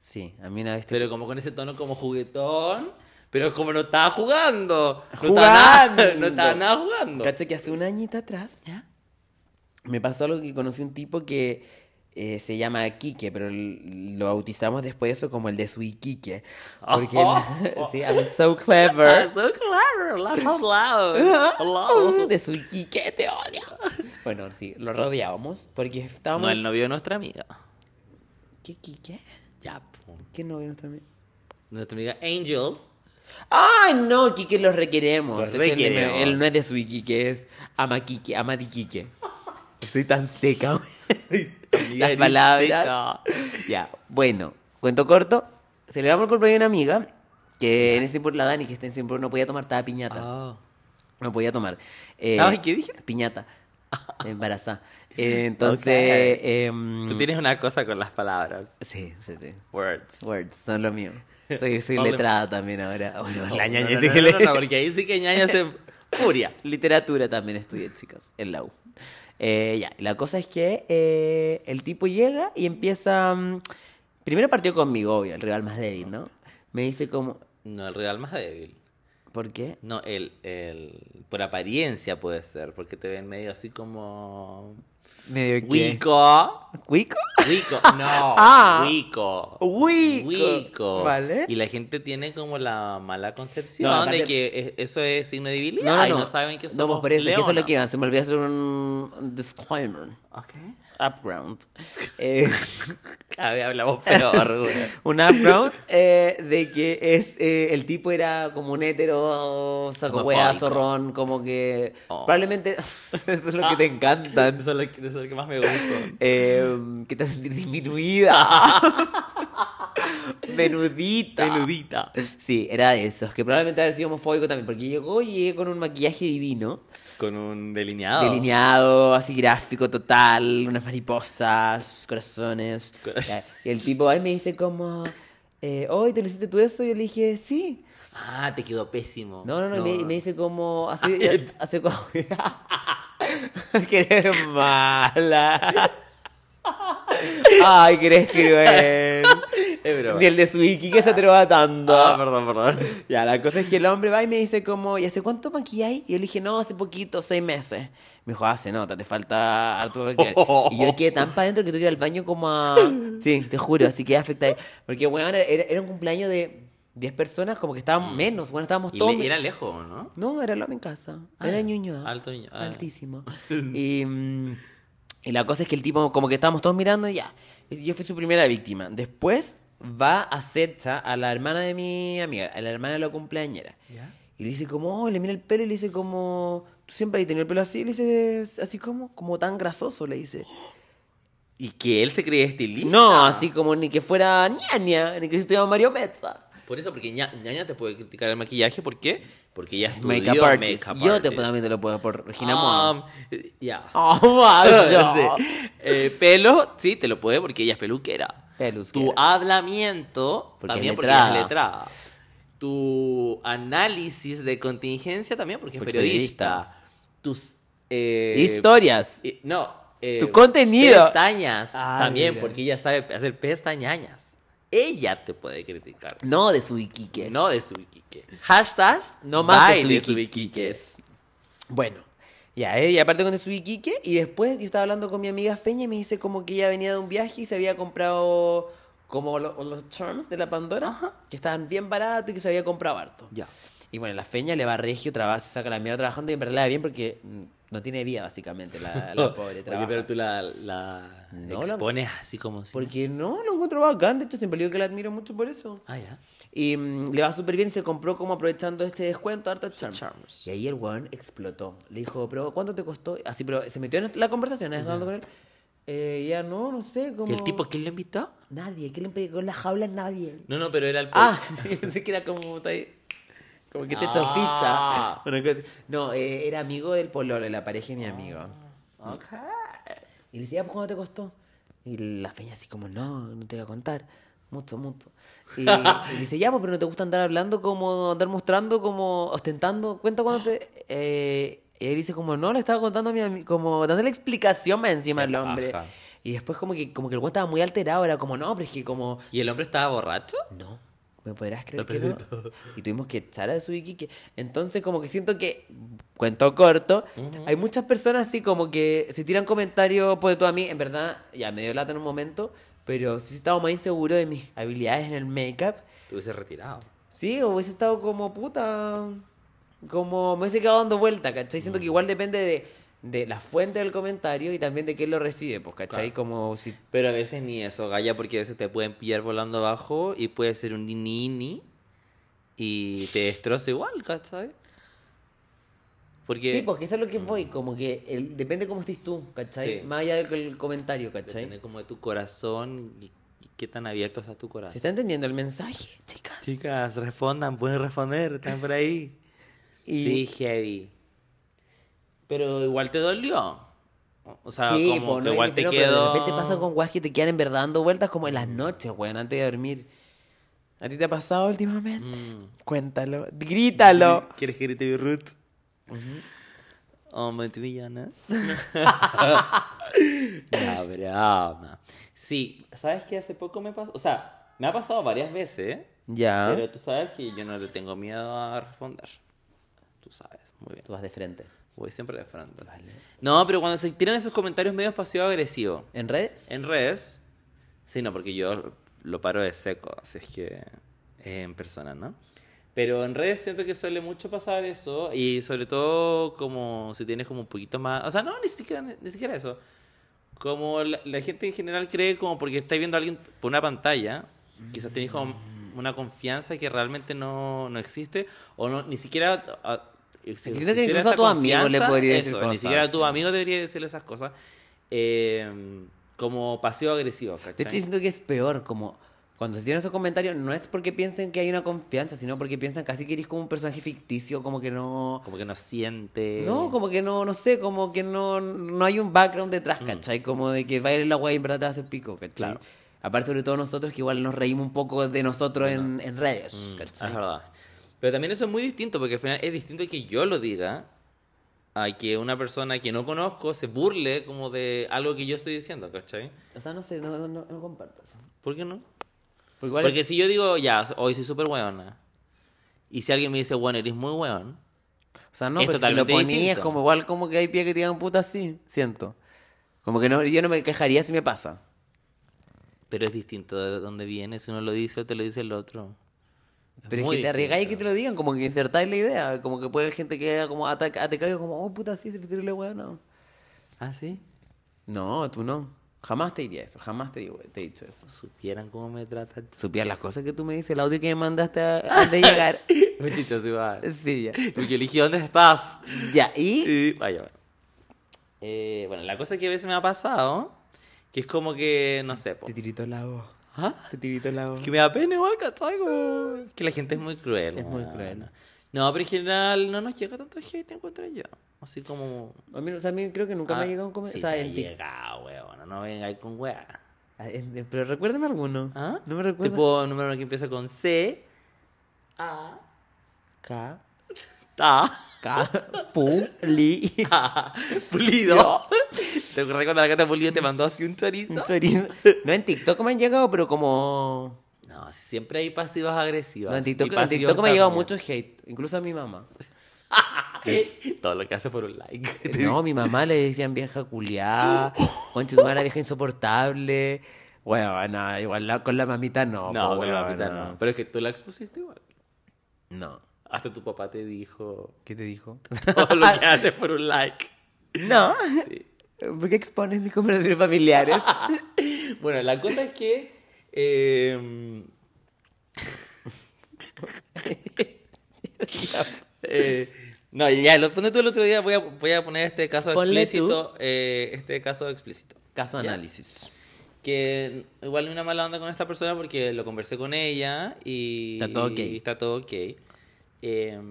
sí, a mí una vez. te-
Pero como con ese tono como juguetón, pero como no estaba jugando. No
Jugando.
Estaba nada, no estaba nada jugando.
Cacha que hace un añito atrás
¿Ya?
me pasó algo que conocí un tipo que eh, se llama Quique, pero l- lo bautizamos después de eso como el de su Iquique. Porque. sí, I'm so
Ah,
clever.
so clever, laugh out loud. Hello.
de su Iquique, te odio. Bueno, sí, lo rodeábamos porque estábamos.
No, el novio de nuestra amiga.
¿Qué Quique?
Ya, po.
¿Qué novio nuestra amiga?
Nuestra amiga Angels.
¡Ay, no! Quique, los requeremos.
Los
Es el-
requeremos.
Él no es de su Quique, es ama Quique, ama de Quique. Estoy tan seca, güey. Las
eres
palabras. Ya, bueno, cuento corto. Celebramos el cumpleaños de una amiga que en ese tiempo, la Dani, que está en ese tiempo, no podía tomar, estaba piñata. No podía tomar. Eh,
Ah. Ay, ¿qué dije?
Piñata. Embarazada. Eh, entonces.
Ok.
em,
Tú tienes una cosa con las palabras.
Sí, sí, sí.
Words.
Words, son lo mío. Soy, soy
Vale.
letrada también ahora. Bueno, la
Oh, No,
ñaña
no,
sí
no,
que
no,
le-
no, no, porque ahí sí que ñaña se furia.
Literatura también estudié, chicas, en la U. Eh, ya, la cosa es que eh, el tipo llega y empieza... mm, primero partió conmigo, obvio, el rival más débil, ¿no? me dice como,
No, el rival más débil.
¿por qué?
No, el, el. Por apariencia puede ser, porque te ven medio así como.
Medio que...
Wico.
¿Wico?
Wico. No.
Ah.
Wico.
Wico.
Wico.
Vale.
Y la gente tiene como la mala concepción
No,
de
aparte-
que e- eso es signo de debilidad y no saben que
No,
somos
pues por eso, que eso es lo
leonas.
que iba. Se me olvidó hacer un disclaimer.
Ok.
Upground. Eh,
Cada vez hablamos peor, güey.
un upground eh, de que es eh, el tipo era como un hétero, saco hueá,
Homofóbico.
zorrón, como que.
Oh. Ah.
Probablemente. eso es lo que te encantan.
Eso es lo que, eso es lo que más me gusta.
Eh, que te hace sentir disminuida. Menudita.
Peludita.
Sí, era de esos. Que probablemente haber sido homofóbico también. Porque llegó y llegué con un maquillaje divino.
Con un delineado.
Delineado, así gráfico total, unas mariposas, corazones.
Cora-
Ya, Y el tipo ahí me dice como, eh, hoy te lo hiciste tú eso. Yo le dije, sí.
Ah, te quedó pésimo.
No, no, no. Y me, y me dice como, así,
el-
hace como... que eres mala. Ay, que eres cruel.
Eh, bro.
Ni el de su wiki que se atreva tanto.
Ah, perdón, perdón.
Ya, la cosa es que el hombre va y me dice como, ¿y hace cuánto maquilláis? Y yo le dije, no, hace poquito, seis meses. Me dijo, ah, se nota, te falta harto maquillaje. Y yo quedé tan para adentro que tuve que ir al baño como a... Sí, te juro, así que afecta. Porque, weón, era, era un cumpleaños de 10 personas, como que estaban menos, bueno, estábamos
Mm. Y
todos...
le- era lejos, ¿no?
No, era lo en casa. Era
Ah,
Ñuñoa.
alto Ñuñoa, ah.
Altísimo. Y, mm, y la cosa es que el tipo, como que estábamos todos mirando y ya. Y Yo fui su primera víctima. Después va a Secha, a la hermana de mi amiga, a la hermana de la cumpleañera.
Ya.
Y le dice como, oh, le mira el pelo y le dice como, tú siempre has tenido el pelo así. Y le dice, así como, como tan grasoso, le dice.
Y que él se creía estilista.
No, así como ni que fuera ñaña, ni que estuviera Mario Mezza.
Por eso, porque ña- ñaña te puede criticar el maquillaje, ¿por qué? Porque ella estudió
Makeup artist. Yo te,
artist.
también te lo puedo por Regina Moa.
Um, eh, Ya.
Oh, vaya.
Sí. Eh, pelo, sí, te lo puede porque ella es peluquera.
Pelusquera.
Tu hablamiento,
Porque
también
es
porque es
letrada.
letrada. Tu análisis de contingencia, también porque es
Porque
periodista. Tus... eh,
Historias.
eh, No. eh,
Tu contenido.
Pestañas,
Ah,
también
mira.
porque ella sabe hacer pestañañas. Ella te puede criticar.
No de su Iquique.
No de su Iquique. Hashtag
No más
bye
de
de
su
Subiquiques.
Bueno. Ya, eh, y aparte con su Iquique. Y después yo estaba hablando con mi amiga Feña y me dice como que ella venía de un viaje y se había comprado como lo- los charms de la Pandora. Que estaban bien baratos y que se había comprado harto.
Ya.
Y bueno, la Feña le va regio, trabaja, se saca la mierda trabajando y en verdad le va bien porque mm, no tiene vida básicamente la, la pobre.
Oh. Oye,
trabaja.
pero tú la, la
No, la-
expones así como si...
Porque no, lo encuentro bacán. De hecho, siempre digo que la admiro mucho por eso.
Ah, ya.
Y mm, le va súper bien y se compró como aprovechando este descuento, harto charm.
Charms.
Y ahí el weón explotó. Le dijo, pero ¿cuánto te costó? Así, pero se metió en la conversación, ¿eh? hablando con él. Eh, ya no, no sé, como...
¿Y el tipo quién lo invitó?
Nadie, que le pegó la jaula? Nadie.
No, no, pero era el...
Ah, sí, pensé que era como... está ahí, Como que te echó
Ah.
ficha. Una cosa así. No, eh, era amigo del pololo, la pareja de mi amigo.
Ok.
Y le decía, "Ah, ¿cuánto te costó? Y la feña así como, no, no te voy a contar. Mucho, mucho. Y, y le dice, ya, pues, pero no te gusta andar hablando como, andar mostrando, como, ostentando. Cuenta cuando te... eh", y él dice como, no, le estaba contando a mi ami- como dándole explicación más encima
Qué
al hombre.
paja.
Y después como que, como que el güey estaba muy alterado, era como, no, pero es que como,
¿Y el hombre estaba borracho?
no, me podrás creer
Lo
que no.
presento.
Y tuvimos que echar a su Iquique. Entonces, como que siento que, cuento corto, hay muchas personas así como que se tiran comentarios por todo a mí. En verdad, ya me dio lata en un momento, pero sí estaba más inseguro de mis habilidades en el make-up.
Te hubiese retirado.
Sí, hubiese estado como puta. Como me hubiese quedado dando vuelta, ¿cachai? Siento que igual depende de, de la fuente del comentario y también de quién lo recibe, pues, ¿cachai? Como si
Pero a veces ni eso, Gaya, porque a veces te pueden pillar volando abajo y puede ser un ni ni y te destroza igual, ¿cachai? Porque...
Sí, porque eso es lo que voy, como que el- depende cómo estés tú, ¿cachai?
Mm. Sí.
Más allá del el comentario, ¿cachai?
Depende como de tu corazón y, y qué tan abierto está tu corazón.
¿Se está entendiendo el mensaje, chicas?
Chicas, respondan, pueden responder, están por ahí.
Y-
Sí, heavy. Pero igual te dolió. O sea,
Sí,
como
po,
que
no,
igual
y-
te Mm.
pero- pero
quedó.
De repente pasa con guas que te quedan en verdad dando vueltas como en las noches, weón, antes de dormir. ¿A ti te ha pasado últimamente?
Mm.
Cuéntalo, grítalo.
¿Quieres que grite mi root? Oh, 20 millones. La broma. Sí, ¿sabes qué hace poco me pasó? O sea, me ha pasado varias veces
Ya.
Pero tú sabes que yo no le tengo miedo a responder. Tú sabes, muy bien.
Tú vas de frente.
Voy siempre de frente. No, pero cuando se tiran esos comentarios medio pasivo-agresivo
¿En redes?
en redes, sí, no, porque yo lo paro de seco, así es que eh, en persona, ¿no? Pero en redes siento que suele mucho pasar eso y sobre todo como si tienes como un poquito más, o sea, no, ni siquiera, ni siquiera eso. Como la, la gente en general cree como porque estáis viendo a alguien por una pantalla, quizás tenéis como una confianza que realmente no, no existe o no, ni siquiera... ah, si
Entiendo que
existiera
incluso a
esa
tu amigo le
confianza,
podría decir
eso, Ni
cosas,
siquiera a tu
sí.
amigo debería decirle esas cosas. Eh, como pasivo-agresivo, ¿cachai?
De hecho, siento que es peor, como cuando se tiran esos comentarios, no es porque piensen que hay una confianza, sino porque piensan casi que eres como un personaje ficticio, como que no.
Como que no siente...
No, como que no, no sé, como que no, no hay un background detrás, ¿cachai? Como de que va a ir la guay y en verdad te va a hacer pico, ¿cachai?
Mm. Claro.
Aparte, sobre todo nosotros, que igual nos reímos un poco de nosotros en, en redes,
Mm,
¿cachai?
Es verdad. Pero también eso es muy distinto, porque al final es distinto que yo lo diga a que una persona que no conozco se burle como de algo que yo estoy diciendo, ¿cachai?
O sea, no sé, no, no, no- no comparto eso.
¿Por qué no?
Porque igual
Porque si yo digo, ya, hoy soy súper weona, y si alguien me dice, bueno, eres muy weón,
O sea, no,
Es
pero si lo
totalmente
poní, es
distinto.
como igual como que hay pie que te un puta así, siento. Como que no, yo no me quejaría si me pasa.
pero es distinto de dónde viene, si uno lo dice o te lo dice el otro.
Pero es
muy
que te arriesgáis que
distinto.
te lo digan, como que insertáis la idea, como que puede haber gente que haga como ataca, te caiga como, oh puta sí, se le tiró la weá, no.
¿Ah, sí?
No, tú no. Jamás te diría eso, jamás te, digo- te he dicho eso.
Supieran cómo me trata.
Supieras las cosas que tú me dices, el audio que me mandaste a- antes de llegar.
Me chichas igual.
Sí, ya.
Porque le dije, ¿dónde estás?
Ya, y
Y- vaya, bueno. Eh, bueno, la cosa que a veces me ha pasado, que es como que, no sé, po,
te tirito la voz.
¿Ah?
Te tirito la voz.
que me da pena igual, ¿cachai? Como Que la gente es muy cruel.
Es muy
weón.
cruel.
No, pero en general no nos llega tanto hate, encuentro yo. Así como...
A mí, o sea, a mí creo que nunca me
Ah,
ha llegado un comentario.
sí,
o sea,
te
en
ha
TikTok.
llegado, weón, no venga ahí con weá.
Ah, en- Pero recuérdame alguno.
¿Ah?
No me recuerdo.
Tipo número uno que empieza con C. A.
K.
Ta.
K. Pu. Li.
ta, Pulido. ¿Te acuerdas cuando la gata Pulido te mandó así un
Un
chorizo?
chorizo. No en TikTok me han llegado, pero como.
No, siempre hay pasivas agresivas.
No, en
y
TikTok, en
pasivos
TikTok me ha llegado
también.
mucho hate, incluso a mi mamá.
Todo lo que hace por un like.
No, a mi mamá le decían vieja culiá, concha de tu madre, vieja insoportable. Bueno, no, igual la- con la mamita no.
No,
po,
con la mitad
huevona.
no. Pero es que tú la expusiste igual.
No.
Hasta tu papá te dijo
¿Qué te dijo?
todo lo que haces por un like.
no.
Sí.
¿Por qué expones mis conversaciones familiares?
Bueno, la cosa es que. eh, eh, no, ya, lo pone tú el otro día. Voy a, voy a poner este caso
Ponle
explícito. eh, este caso explícito.
Caso
Ya.
análisis.
Que igual no hay una mala onda con esta persona porque lo conversé con ella y.
Está todo ok.
y está todo ok. Eh,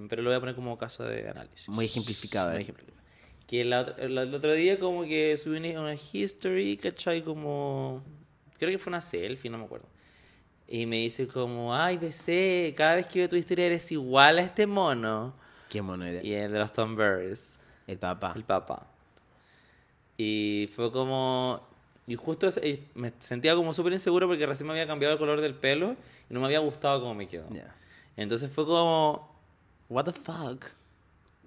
pero lo voy a poner como caso de análisis.
Muy ejemplificado,
Muy
eh.
ejemplificado. Que la otra- el, el otro día, como que subí una, una history, ¿cachai? Como. Creo que fue una selfie, no me acuerdo. Y me dice, como, ay, BC, cada vez que veo tu historia eres igual a este mono.
Qué mono era.
Y el de los Tom Berries
El papá.
el papá. Y fue como... Y justo ese- y me sentía como súper inseguro porque recién me había cambiado el color del pelo y no me había gustado cómo me quedó.
Ya.
Entonces fue como...
What the fuck?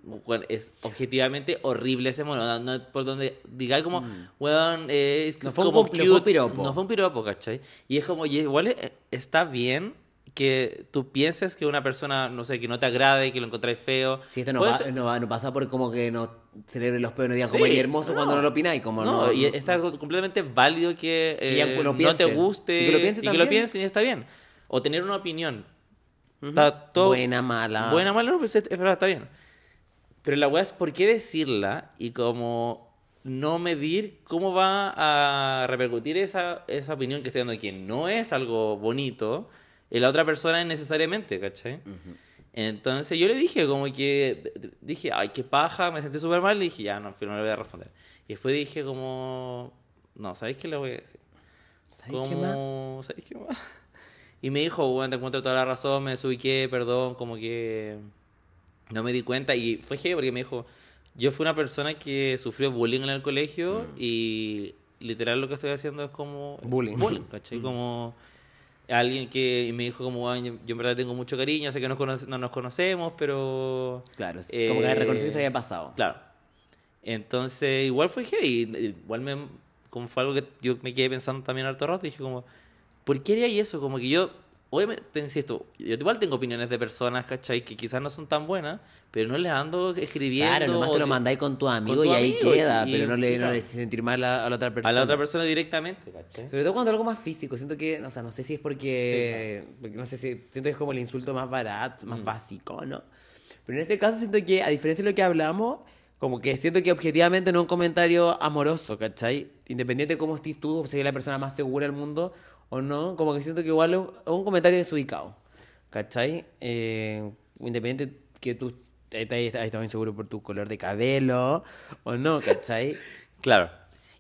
bueno, es objetivamente horrible ese mono. no- no- por donde digáis como, weón, eh, es que
Mm. No
es
fue un
como
cum- no fue un
cute,
piropo.
No fue un piropo, ¿cachai? Y es como, y igual eh, está bien que tú pienses que una persona, no sé, que no te agrade, que lo encontráis feo.
Si esto no,
Puede
va-
ser-
no, va- no pasa por como que no celebren los pedos, no digan
Sí,
como eres hermoso cuando no
no.
lo opináis, como no.
No, y está completamente válido que,
Que ya
eh,
lo
no
piense.
te guste
Y que lo piense también.
piensen y está bien. O tener una opinión. Está todo
Buena, mala.
buena, mala, no, pero es, es verdad, está bien. Pero la weá es por qué decirla y como no medir cómo va a repercutir esa, esa opinión que estoy dando, que no es algo bonito, en la otra persona necesariamente, ¿cachai? Entonces yo le dije, como que, dije, ay, qué paja, me sentí súper mal, y dije, ya, no, pero no le voy a responder. Y después dije, como, no, ¿sabéis qué le voy a decir?
¿Sabes qué más?
Como, ¿sabes qué más? Y me dijo, bueno, te encuentro toda la razón, me desubiqué, perdón, como que no me di cuenta. Y fue heavy porque me dijo, yo fui una persona que sufrió bullying en el colegio y literal lo que estoy haciendo es como...
Mm. Bullying. Mm.
¿cachai? Como alguien que y me dijo como, "Weón, yo, yo en verdad tengo mucho cariño, sé que nos conoce- no nos conocemos, pero...
Claro, es como que
eh,
reconoció que se había pasado.
Claro. Entonces, igual fue heavy. Igual me, como fue algo que yo me quedé pensando también harto rato. Dije como, ¿por qué haría yo eso? Como que yo, obviamente, te insisto, yo igual tengo opiniones de personas, ¿cachai? Que quizás no son tan buenas, pero no les ando escribiendo.
Claro, nomás
o
te lo
di-
mandáis con tu amigo
tu
y ahí
amigo,
queda,
y-
pero no le, no
claro.
le haces sentir mal a, a la otra persona.
A la otra persona directamente, ¿cachai?
Sobre todo cuando algo más físico, siento que, o sea, no sé si es porque, porque no sé si, siento que es como el insulto más barato, más básico, ¿no? Pero en este caso siento que, a diferencia de lo que hablamos, como que siento que objetivamente no es un comentario amoroso, ¿cachai? Independiente de cómo estés tú, si eres la persona más segura del mundo o no, como que siento que igual es un, es un comentario desubicado, ¿cachai? Eh, independiente que tú eh, estés estás inseguro por tu color de cabello o no, ¿cachai?
Claro.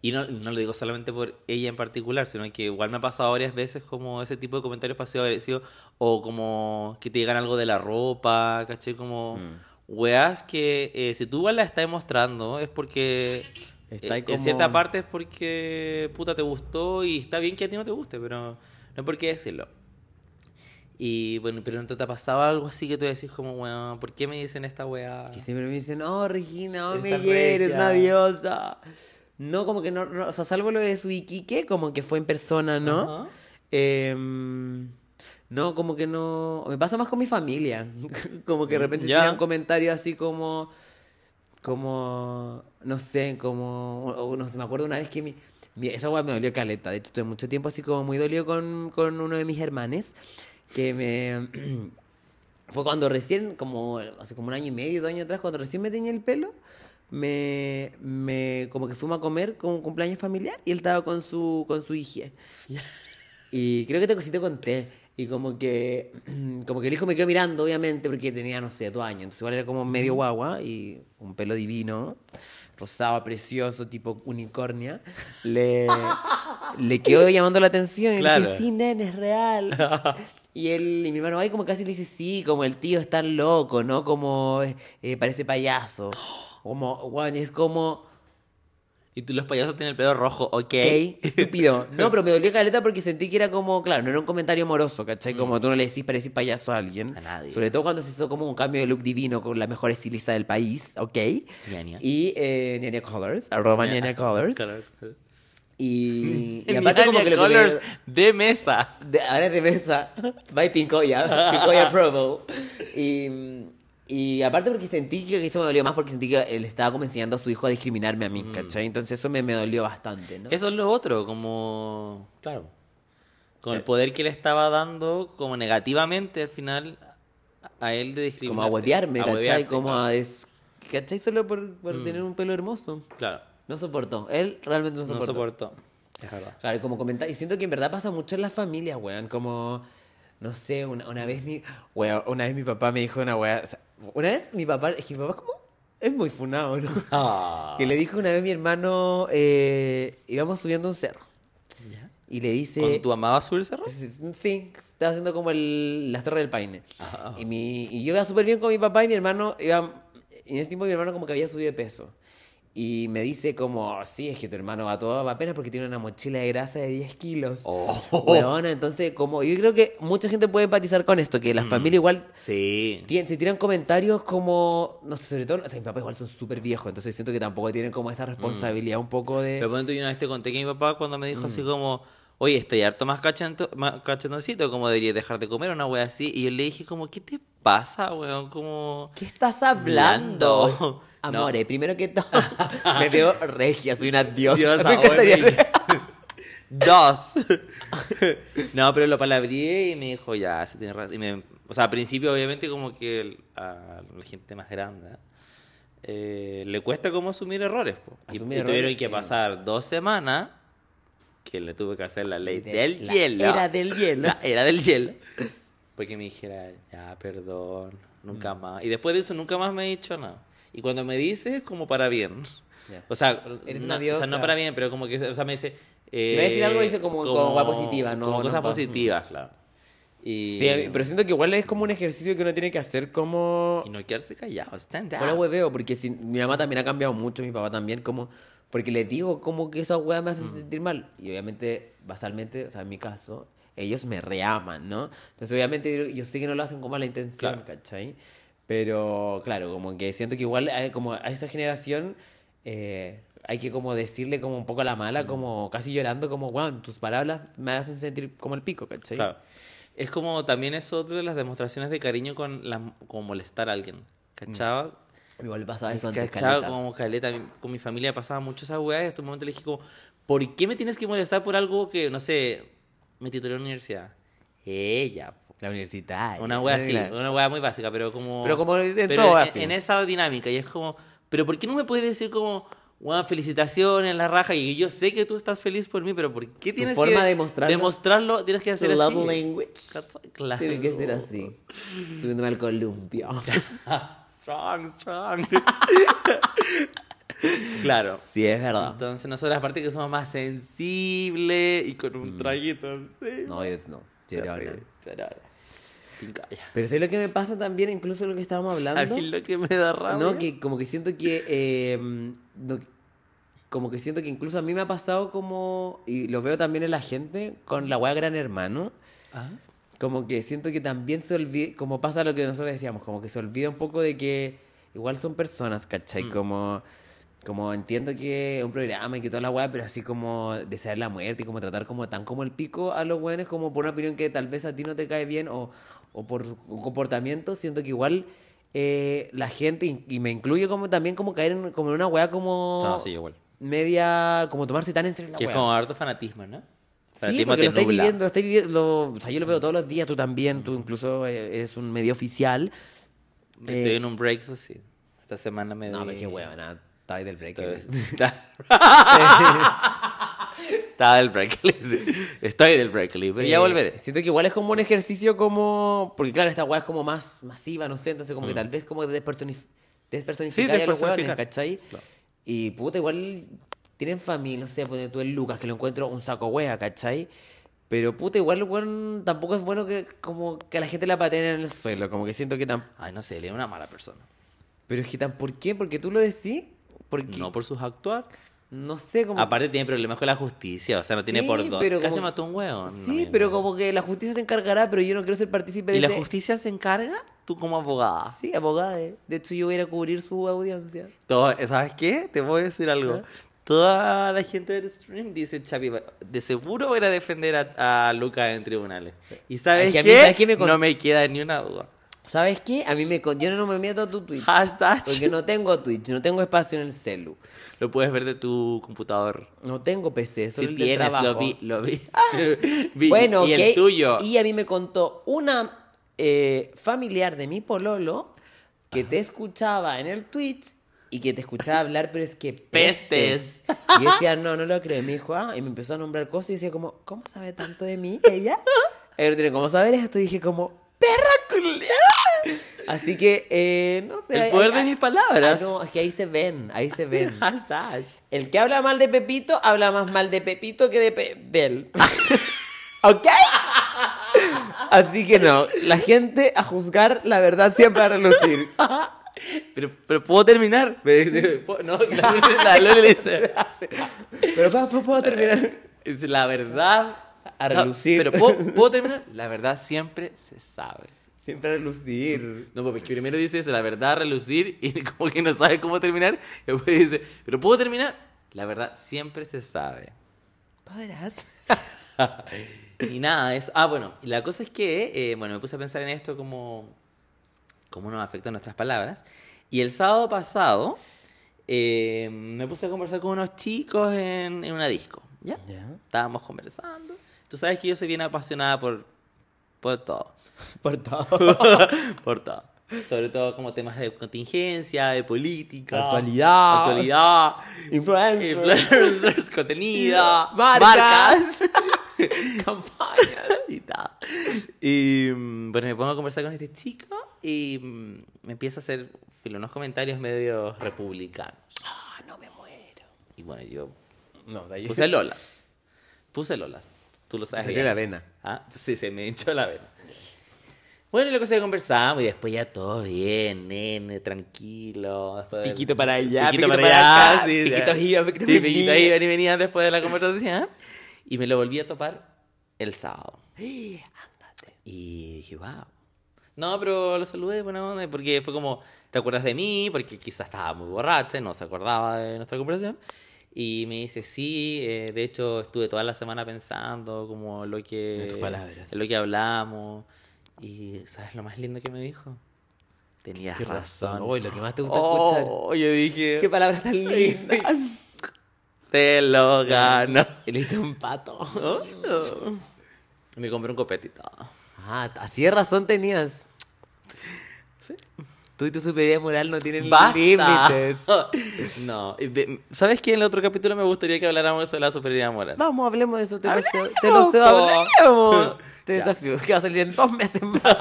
Y no, no lo digo solamente por ella en particular, sino que igual me ha pasado varias veces como ese tipo de comentarios pasivos agresivos o como que te digan algo de la ropa, caché, como
Mm.
weas que eh, si tú igual la estás mostrando es porque
Está ahí
eh, en
como-
cierta parte es porque puta te gustó y está bien que a ti no te guste, pero no por qué decirlo. Y bueno, pero entonces te pasaba algo así que tú decís como, weón, ¿por qué me dicen esta wea?
Que siempre me dicen, oh, Regina, oh,
Eres
me
tan
eres
regia".
una diosa. No, como que no, no, o sea, salvo lo de su Iquique, como que fue en persona, ¿no?
Ajá.
Em, no, como que no. Me pasa más con mi familia. como que de repente
Ya.
tiran comentarios así como. Como. No sé, como. o- o no sé, me acuerdo una vez que mi. mi- esa weá me dolió caleta. De hecho, tuve mucho tiempo así como muy dolido con, con uno de mis hermanes. Que me. Fue cuando recién, como hace como un año y medio, dos años atrás, cuando recién me tenía el pelo, me, me como que fuimos a comer con un cumpleaños familiar y él estaba con su, con su hija. Y creo que te, sí te conté. Y como que, como que el hijo me quedó mirando, obviamente, porque tenía, no sé, dos años. Entonces igual era como medio guagua y un pelo divino, rosado, precioso, tipo unicornia. Le, le quedó llamando la atención y le
Claro.
dije, sí, nene, es real. Y él, y mi hermano, ay, como casi le dice, sí, como el tío está loco, ¿no? Como eh, eh, parece payaso. Como, bueno, es como...
Y tú los payasos tienen el pelo rojo, ok.
Gay, estúpido. No, pero me dolió caleta porque sentí que era como, claro, no era un comentario amoroso, ¿cachai? Como tú no le decís parecer payaso a alguien.
Mm. A nadie.
Sobre todo cuando se hizo como un cambio de look divino con la mejor estilista del país, ¿ok?
Ñaña.
Y eh, Ñaña Colors, arroba Ñaña Colors.
Colors.
Y, y
Y
aparte como que lo que me-
colors de mesa.
de- ahora es de mesa. Bye Pincoya. Pincoya Provo. Y, y aparte porque sentí que eso me dolió más porque sentí que él estaba como enseñando a su hijo a discriminarme a mí, ¿cachai? Entonces eso me, me dolió bastante, ¿no?
Eso es lo otro, como... Claro. Con
Eh.
el poder que le estaba dando, como negativamente al final, a él de discriminar.
como a huevearme, ¿cachai? como
claro.
a des... ¿Cachai? Solo por, por tener un pelo hermoso.
Claro,
No soportó. Él realmente no
no
soportó.
soportó. Es verdad.
Claro, y como comentar, y siento que en verdad pasa mucho en las familias, weón, como, no sé, una, una vez mi, weón, una vez mi papá me dijo una weá, o sea, una vez mi papá, es que mi papá es como, es muy funado, ¿no?
Ah,
Que le dijo una vez mi hermano, eh, íbamos subiendo un cerro, y le dice...
¿Con tu amado azul cerro?
Pues, Sí, estaba haciendo como el, las torres del paine.
Ah.
Y, mi, y yo iba súper bien con mi papá y mi hermano iba... En ese tiempo mi hermano como que había subido de peso. Y me dice como, sí, es que tu hermano va todo apenas porque tiene una mochila de grasa de 10 kilos.
Oh.
Weona, entonces como... Yo creo que mucha gente puede empatizar con esto,
Mm.
que la familia igual
Sí.
Tien- se tiran comentarios como, no sé, sobre todo, o sea, mis papás igual son súper viejos, entonces siento que tampoco tienen como esa responsabilidad un poco de...
Mm. Pero ponte, yo una vez te conté que mi papá cuando me
Mm.
dijo así como, oye, estoy harto más, cachento, más cachendoncito, como deberías dejar de comer una wea así. Y yo le dije como, ¿qué te pasa, weón? Como...
¿Qué estás hablando?
Blando.
Amore, primero que todo, me veo regia, soy una diosa.
Diosa,
me encantaría.
oye, Dos. no, pero lo palabrié y me dijo, ya, sí tienes razón. Y me- o sea, al principio, obviamente, como que el- a la gente más grande eh, le cuesta como asumir errores. po. Y-
Asumir
y, tuvieron
errores,
que
sí.
pasar dos semanas que le tuve que hacer la ley
De
del
la
hielo.
era del hielo.
La era del hielo. Porque me dijera, ya, perdón, nunca
Mm.
más. Y después de eso, nunca más me he dicho nada. Y cuando me dice, es como para bien.
Ya.
O sea,
Eres
no-
una
O sea, no
diosa.
para bien, pero como que, o sea, me dice... eh,
Si va a decir algo, dice como- como va positiva, no-
Como
no
cosas
va.
positivas, claro. Y,
Sí, pero siento que igual es como un ejercicio que uno tiene que hacer como...
y no quedarse callado, stand
Fuera
up.
hueveo, porque si, mi mamá también ha cambiado mucho, mi papá también, como... Porque les digo como que esas weas me hacen sentir mal. Y obviamente, basalmente, o sea, en mi caso, ellos me reaman, ¿no? Entonces, obviamente, yo, yo sé que no lo hacen con mala intención,
Claro.
¿cachai? Pero, claro, como que siento que igual eh, como a esa generación eh, hay que como decirle como un poco a la mala, como casi llorando, como, wow, tus palabras me hacen sentir como el pico, ¿cachai?
Claro. Es como también es otra de las demostraciones de cariño con la, como molestar a alguien. ¿Cachaba?
Igual pasaba Mm. Ah, eso antes,
¿Cachaba?
caleta.
Como caleta. mi- Con mi familia pasaba mucho esa weá y hasta un momento le dije como, ¿por qué me tienes que molestar por algo que, no sé, me titulé en la universidad? Ella. po.
La universidad.
Una weá así,
Claro.
una weá muy básica, pero como...
Pero como en todo
en,
así.
en esa dinámica. Y es como, ¿pero por qué no me puedes decir como... Weón, felicitaciones, la raja. Y yo sé que tú estás feliz por mí, pero ¿por qué tienes
forma
que
de mostrarlo-
demostrarlo? Tienes que hacer
Love
así.
language.
Cata- Claro.
Tiene que ser así. Subiéndome al columpio.
Ah, strong, strong. claro.
Sí, es verdad.
Entonces nosotros aparte que somos más sensibles y con un traguito. ¿sí?
Mm. No, yo no. Llorona.
Llorona. Pincaya.
Pero ¿sabes lo que me pasa también? Incluso lo que estábamos
A
hablando.
mí lo que me da rabia.
No, que como que siento que... eh, no- como que siento que incluso a mí me ha pasado como... Y lo veo también en la gente con la wea Gran Hermano.
Ah.
Como que siento que también se olvida, como pasa lo que nosotros decíamos, como que se olvida un poco de que igual son personas, ¿cachai?
Mm.
Como, como entiendo que es un programa y que toda la weá, pero así como desear la muerte y como tratar como tan como el pico a los weones, como por una opinión que tal vez a ti no te cae bien o, o por un comportamiento, siento que igual eh, la gente, y, y me incluye como también como caer en, como en una weá como
No, Ah, sí, igual.
media, como tomarse tan en serio la
Que es
weá.
como harto fanatismo, ¿no?
Sí,
Fanatismo
porque
te
lo estáis
nubla.
viviendo, lo estáis viviendo, lo- o sea, yo lo veo todos los días, tú también, tú incluso eh, eres un medio oficial. Eh,
Estoy en un break, eso sí. Esta semana me
No,
di-
pero qué huevona, estáis del break.
Estaba del break. Estoy del break, pero ya
Eh,
volveré.
Siento que igual es como un ejercicio como, porque claro, esta weá es como más masiva, no sé, entonces como que tal vez como despersonif- despersonificar a los huevones,
Mm. despersonificar.
¿cachai? Y puta, igual tienen familia, no sé, pone tú el Lucas, que lo encuentro un saco wea, ¿cachai? Pero puta, igual, weón, tampoco es bueno que como que a la gente la pateen en el suelo, como que siento que tampoco...
Ay, no sé, él es una mala persona.
Pero es que tan, ¿por qué? ¿Porque tú lo decís? Porque,
No
no,
por sus actuar.
sé, como...
Aparte tiene problemas con la justicia, o sea, no tiene
Sí,
por dos.
pero
Casi
como-
mató a un huevo.
sí, pero como que la justicia se encargará, pero yo no quiero ser partícipe de
¿Y la
ese-
justicia se encarga? Tú como abogada.
Sí, abogada. eh. De hecho, yo voy a ir a cubrir su audiencia.
Todo- ¿Sabes qué? Te voy a decir algo. Toda la gente del stream dice, Chapi, va- de seguro era a defender a, a Luca en tribunales. ¿Y sabes
Es que a mí,
qué?
¿sabes qué me con-
No me queda ni una duda.
¿Sabes qué? A mí me... con- Yo no me meto a tu Twitch.
Hashtag.
Porque no tengo Twitch, no tengo espacio en el celu.
Lo puedes ver de tu computador.
No tengo PC, solo
si
el del
tienes,
trabajo. Ah.
lo vi, lo vi. Vi,
Bueno,
y
ok.
el tuyo.
Y a mí me contó una eh, familiar de mi pololo que te escuchaba en el Twitch y que te escuchaba hablar, pero es que pestes. Y yo decía, no, no lo creo. Y me dijo, ah, y me empezó a nombrar cosas y decía como, ¿cómo sabe tanto de mí ella? Ella no tiene cómo saber esto. Y dije como, perra culiada. Así que, eh, no sé.
El
ahí-
poder de
ahí-
mis palabras.
Ah, no, es que ahí se ven, ahí se ven.
Hashtag.
El que habla mal de Pepito, habla más mal de Pepito que de, Pe- de él. ¿Ok? Así que no, la gente a juzgar la verdad siempre a relucir.
Pero, pero puedo terminar. Me dice, "Po- no, y la Lore- la Lore le dice.
Pero pa- pa- puedo terminar.
dice, La verdad.
A
No,
relucir.
pero ¿puedo, puedo terminar. La verdad siempre se sabe.
Siempre a relucir.
No, porque primero dice eso, la verdad a relucir, y como que no sabe cómo terminar. Y después dice, pero ¿puedo terminar? La verdad siempre se sabe.
Podrás.
Y nada, eso. Ah, bueno, y la cosa es que, eh, bueno, me puse a pensar en esto como cómo nos afectan nuestras palabras. Y el sábado pasado eh, me puse a conversar con unos chicos en, en una disco, ¿ya?
Ya.
Estábamos conversando. Tú sabes que yo soy bien apasionada por, por todo,
Por todo.
por todo. Sobre todo como temas de contingencia, de política.
Actualidad.
Actualidad. eh,
Influencer.
Influencers, contenido.
Marcas.
marcas campañas y tal. Y mm, bueno, me pongo a conversar con este chico y mm, me empieza a hacer filo, unos comentarios medio republicanos.
Ah, no me muero.
Y bueno, yo
No, o sea, yo-
puse lolas. Puse lolas. Tú lo sabes.
Salió
bien.
la vena.
Ah, sí, se me hinchó la vena. Bueno, y luego se conversamos y después ya todo bien, nene, tranquilo. después del-
Piquito para allá,
piquito,
piquito
para,
para
allá,
acá,
sí,
piquito
ya.
gira, piquito
Sí, piquito
venía.
iban y venían después de la conversación. Y me lo volví a topar el sábado.
"Eh, ándate. Y dije, wow.
No, pero lo saludé buena onda, porque fue como, ¿te acuerdas de mí? Porque quizás estaba muy borracha, y no se acordaba de nuestra conversación. Y me dice, sí, eh, de hecho estuve toda la semana pensando como lo que...
En tus palabras.
en lo que hablamos. Y ¿sabes lo más lindo que me dijo? Tenías
Qué
razón.
razón. Uy, lo que más te gusta escuchar.
oh, yo dije,
Qué palabras tan lindas.
te lo gano.
Y le diste un pato.
Y Me compré un copetito.
Ah, así de razón tenías.
Sí.
Tú y tu superioridad moral no tienen límites.
¡Basta! no, y de- ¿sabes qué? En el otro capítulo me gustaría que habláramos de la superioridad moral.
Vamos, hablemos de eso. Te lo cedo. Te lo
Hablemos,
cedo,
po.
hablemos. Te
Ya.
desafío. Que va a salir en dos meses más.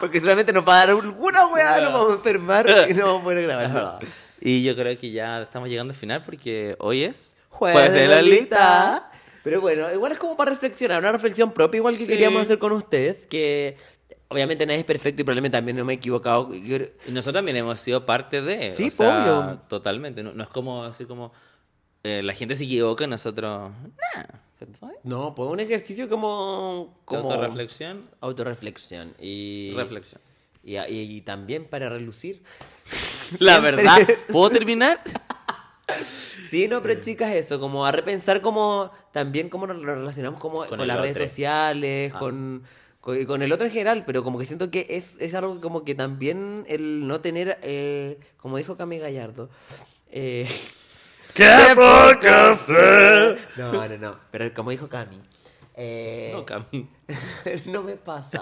Porque solamente nos va a dar alguna weá, nos vamos a enfermar y no vamos a poder
Es
grabar.
verdad. Y yo creo que ya estamos llegando al final porque hoy es
Jueves de
Lolita.
Lolita. Pero bueno, igual es como para reflexionar, una reflexión propia, igual que
Sí.
queríamos hacer con ustedes, que obviamente nadie es perfecto y probablemente también no me he equivocado. Yo creo-
Y nosotros también hemos sido parte de.
Sí,
o sea,
obvio.
Totalmente. No, no es como así como. eh, la gente se equivoca y nosotros. Nah. ¿cachai?
No, pues un ejercicio como...
Como
como
autorreflexión.
Autorreflexión. Y...
Reflexión.
Y, y- y también para relucir.
La
Siempre.
verdad. ¿Puedo terminar?
Sí, no, pero chicas, eso, como a repensar como también cómo nos relacionamos como con,
el
las redes
otro.
sociales,
Ah.
con, con, con el otro en general, pero como que siento que es, es algo que como que también el no tener, eh, como dijo Cami Gallardo, eh,
¡Qué poca
no, no, no, pero como dijo Cami, eh,
No, Cami.
no me pasa.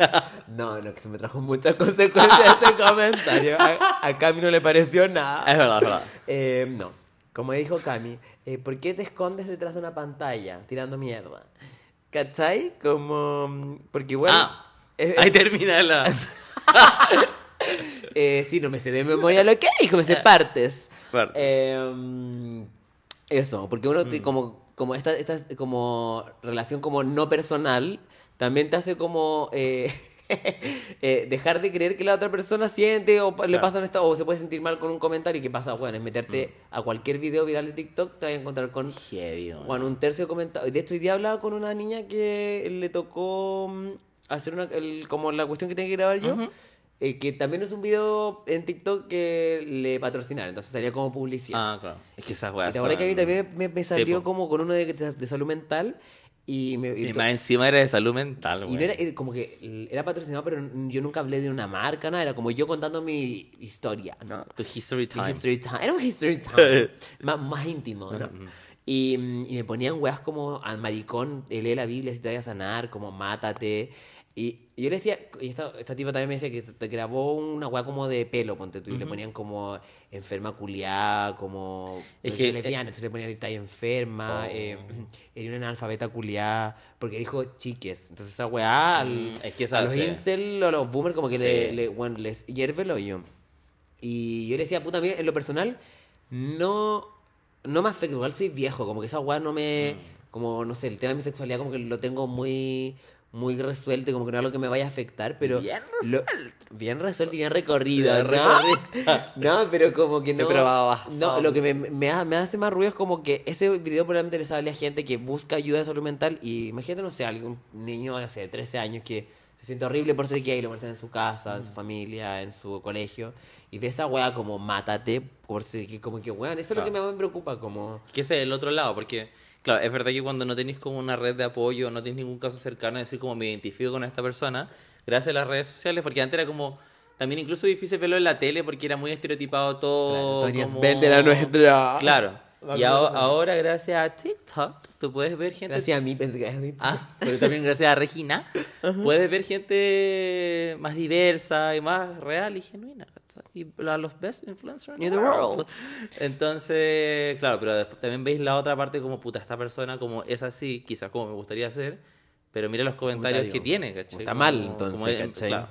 No, no, que se me trajo muchas consecuencias ese comentario. A, a Cami no le pareció nada.
Ah, Es verdad, es verdad.
Eh, no. Como dijo Cami, eh, ¿por qué te escondes detrás de una pantalla tirando mierda? ¿Cachai? Como. mm, Porque igual.
ah.
eh,
Ahí termina la.
eh, sí, no me sé de memoria lo que dijo, me sé partes.
Ah, Partes. Mm.
Eh, mm, eso, porque uno te- como, como esta, esta como relación como no personal también te hace como eh, eh, dejar de creer que la otra persona siente o pa- le
Claro.
pasan esto o se puede sentir mal con un comentario que pasa, bueno, es meterte
Mm.
a cualquier video viral de TikTok, te vas a encontrar con
Heavy, man.
bueno, un tercio de comentarios. De hecho, hoy día hablaba con una niña que le tocó mm, hacer una, el- como la cuestión que tenía que grabar yo, eh, que también es un video en TikTok que le patrocinaron, entonces salía como publicidad.
Ah, claro. Es que esas weas.
y la verdad que a mí
son-
también me, me salió
po.
como con uno de, de salud mental y me... y
Y
to-
más encima era de salud mental,
y
güey.
no era, era como que era patrocinado, pero yo nunca hablé de una marca, nada, era como yo contando mi historia, ¿no?
Tu history
Y
time.
History Time. Era un History Time. más, más íntimo, ¿no?
mm.
Y, mm, y me ponían weas como al maricón, eh, lee la Biblia si te vayas a sanar, como mátate. Y y yo le decía, y esta, esta tipa también me decía que se te grabó una wea como de pelo, ponte tú, y le ponían como enferma culiá, como
Es
eh,
que- Oh.
lesbiana, entonces le ponían está enferma, eh, era una analfabeta culiá, porque dijo chiques. Entonces esa weá, al-
Mm, es que esa
a los
sí.
incel, a los boomers, como que le,
Sí.
le- bueno, les hierve el hoyo. Y yo le decía, puta, a mí en lo personal no, no me afecta, igual soy viejo, como que esa weá no me,
Mm.
como no sé, el tema de mi sexualidad como que lo tengo muy, muy resuelto, y como que no es algo que me vaya a afectar, pero...
Bien
lo- bien resuelto y bien recorrido,
Bien
¿no?
recorrido.
No, pero como que
Te
no...
probaba.
No, lo que me, me ha- me hace más ruido es como que ese video probablemente le sale a gente que busca ayuda de salud mental y imagínate, no sé, algún niño, no sé, de 13 años que se siente horrible por ser gay, lo molestan en su casa,
Mm.
en su familia, en su colegio y ve esa weá como mátate por ser gay", como que weón, eso es lo que me me preocupa, como...
Que ese es el otro lado, porque, claro, es verdad que cuando no tenéis como una red de apoyo, no tenéis ningún caso cercano de decir como me identifico con esta persona, gracias a las redes sociales, porque antes era como, también incluso difícil verlo en la tele porque era muy estereotipado todo.
Tony
como-
Spencer era nuestra.
Claro. Y
acuerdo.
ahora, ahora, gracias a TikTok, tú puedes ver gente...
Gracias a mí pensé que habías dicho.
Ah, pero también gracias a Regina, puedes ver gente más diversa y más real y genuina. ¿cachai? Y a los best influencers in the world. Entonces, claro, pero después también veis la otra parte como, puta, esta persona como es así, quizás como me gustaría ser, pero mira los comentarios
Comentario.
que tiene, ¿cachai?
Está mal,
Como-
entonces,
como-
¿cachai?
claro.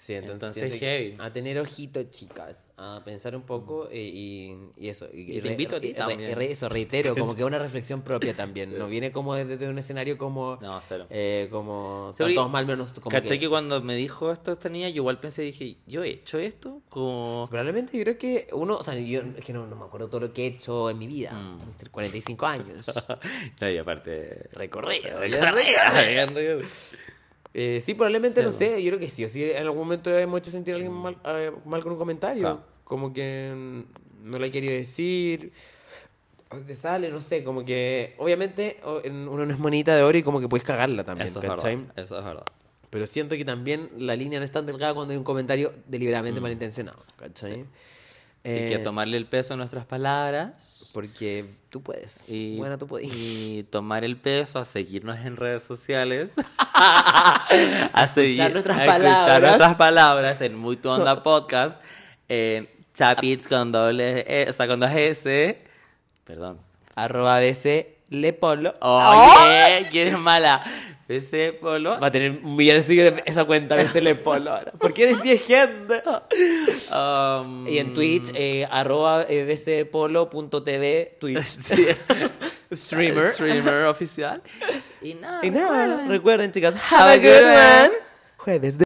Sí,
Entonces,
siento que-
heavy.
A tener ojito, chicas. A pensar un poco eh, y, y eso.
Y te invito a ti
y
también.
re- eso, reitero, como que una reflexión propia también. No viene como desde un escenario como...
No, cero.
eh, como...
Sí,
están
porque-
todos mal menos como
¿Cachai que cuando me dijo esto esta niña, yo igual pensé, dije, yo he hecho esto, como...
Probablemente yo creo que uno... O sea, yo es que no, no me acuerdo todo lo que he hecho en mi vida.
Mm.
Mis 45 años.
no, y aparte...
Recorrido.
Recorrido.
Eh, sí, probablemente,
Sí,
no
po.
sé, yo creo que sí, o sí, en algún momento hemos hecho sentir a alguien mal, eh, mal con un comentario,
Claro.
como que mm, no le he querido decir, o te sale, no sé, como que obviamente o- en- uno no es monita de oro y como que puedes cagarla también,
Eso es
¿cachai?
verdad. Eso es verdad.
Pero siento que también la línea no es tan delgada cuando hay un comentario deliberadamente malintencionado, ¿cachai?
Sí.
Eh,
Así que tomarle el peso a nuestras palabras.
Porque tú puedes,
Y,
bueno, tú puedes.
y tomar el peso a seguirnos en redes sociales. a seguir
nuestras
a escuchar
palabras.
nuestras palabras en Muy Tu Onda Podcast. En Chapits con doble E, o sea, con dos S. Perdón.
Arroba BC Lepolo. Oh,
Oye, ¿quién es mala? Ese polo.
Va a tener un millón de seguidores esa cuenta BC Lepolo ahora. ¿Por qué decís gente?
Um,
Y en Twitch, eh, arroba eh, bcpolo.tv, Twitch.
sí,
Streamer.
Streamer oficial. Y nada.
Y nada,
Ah, recuerden.
recuerden chicas,
Have a good one.
Jueves de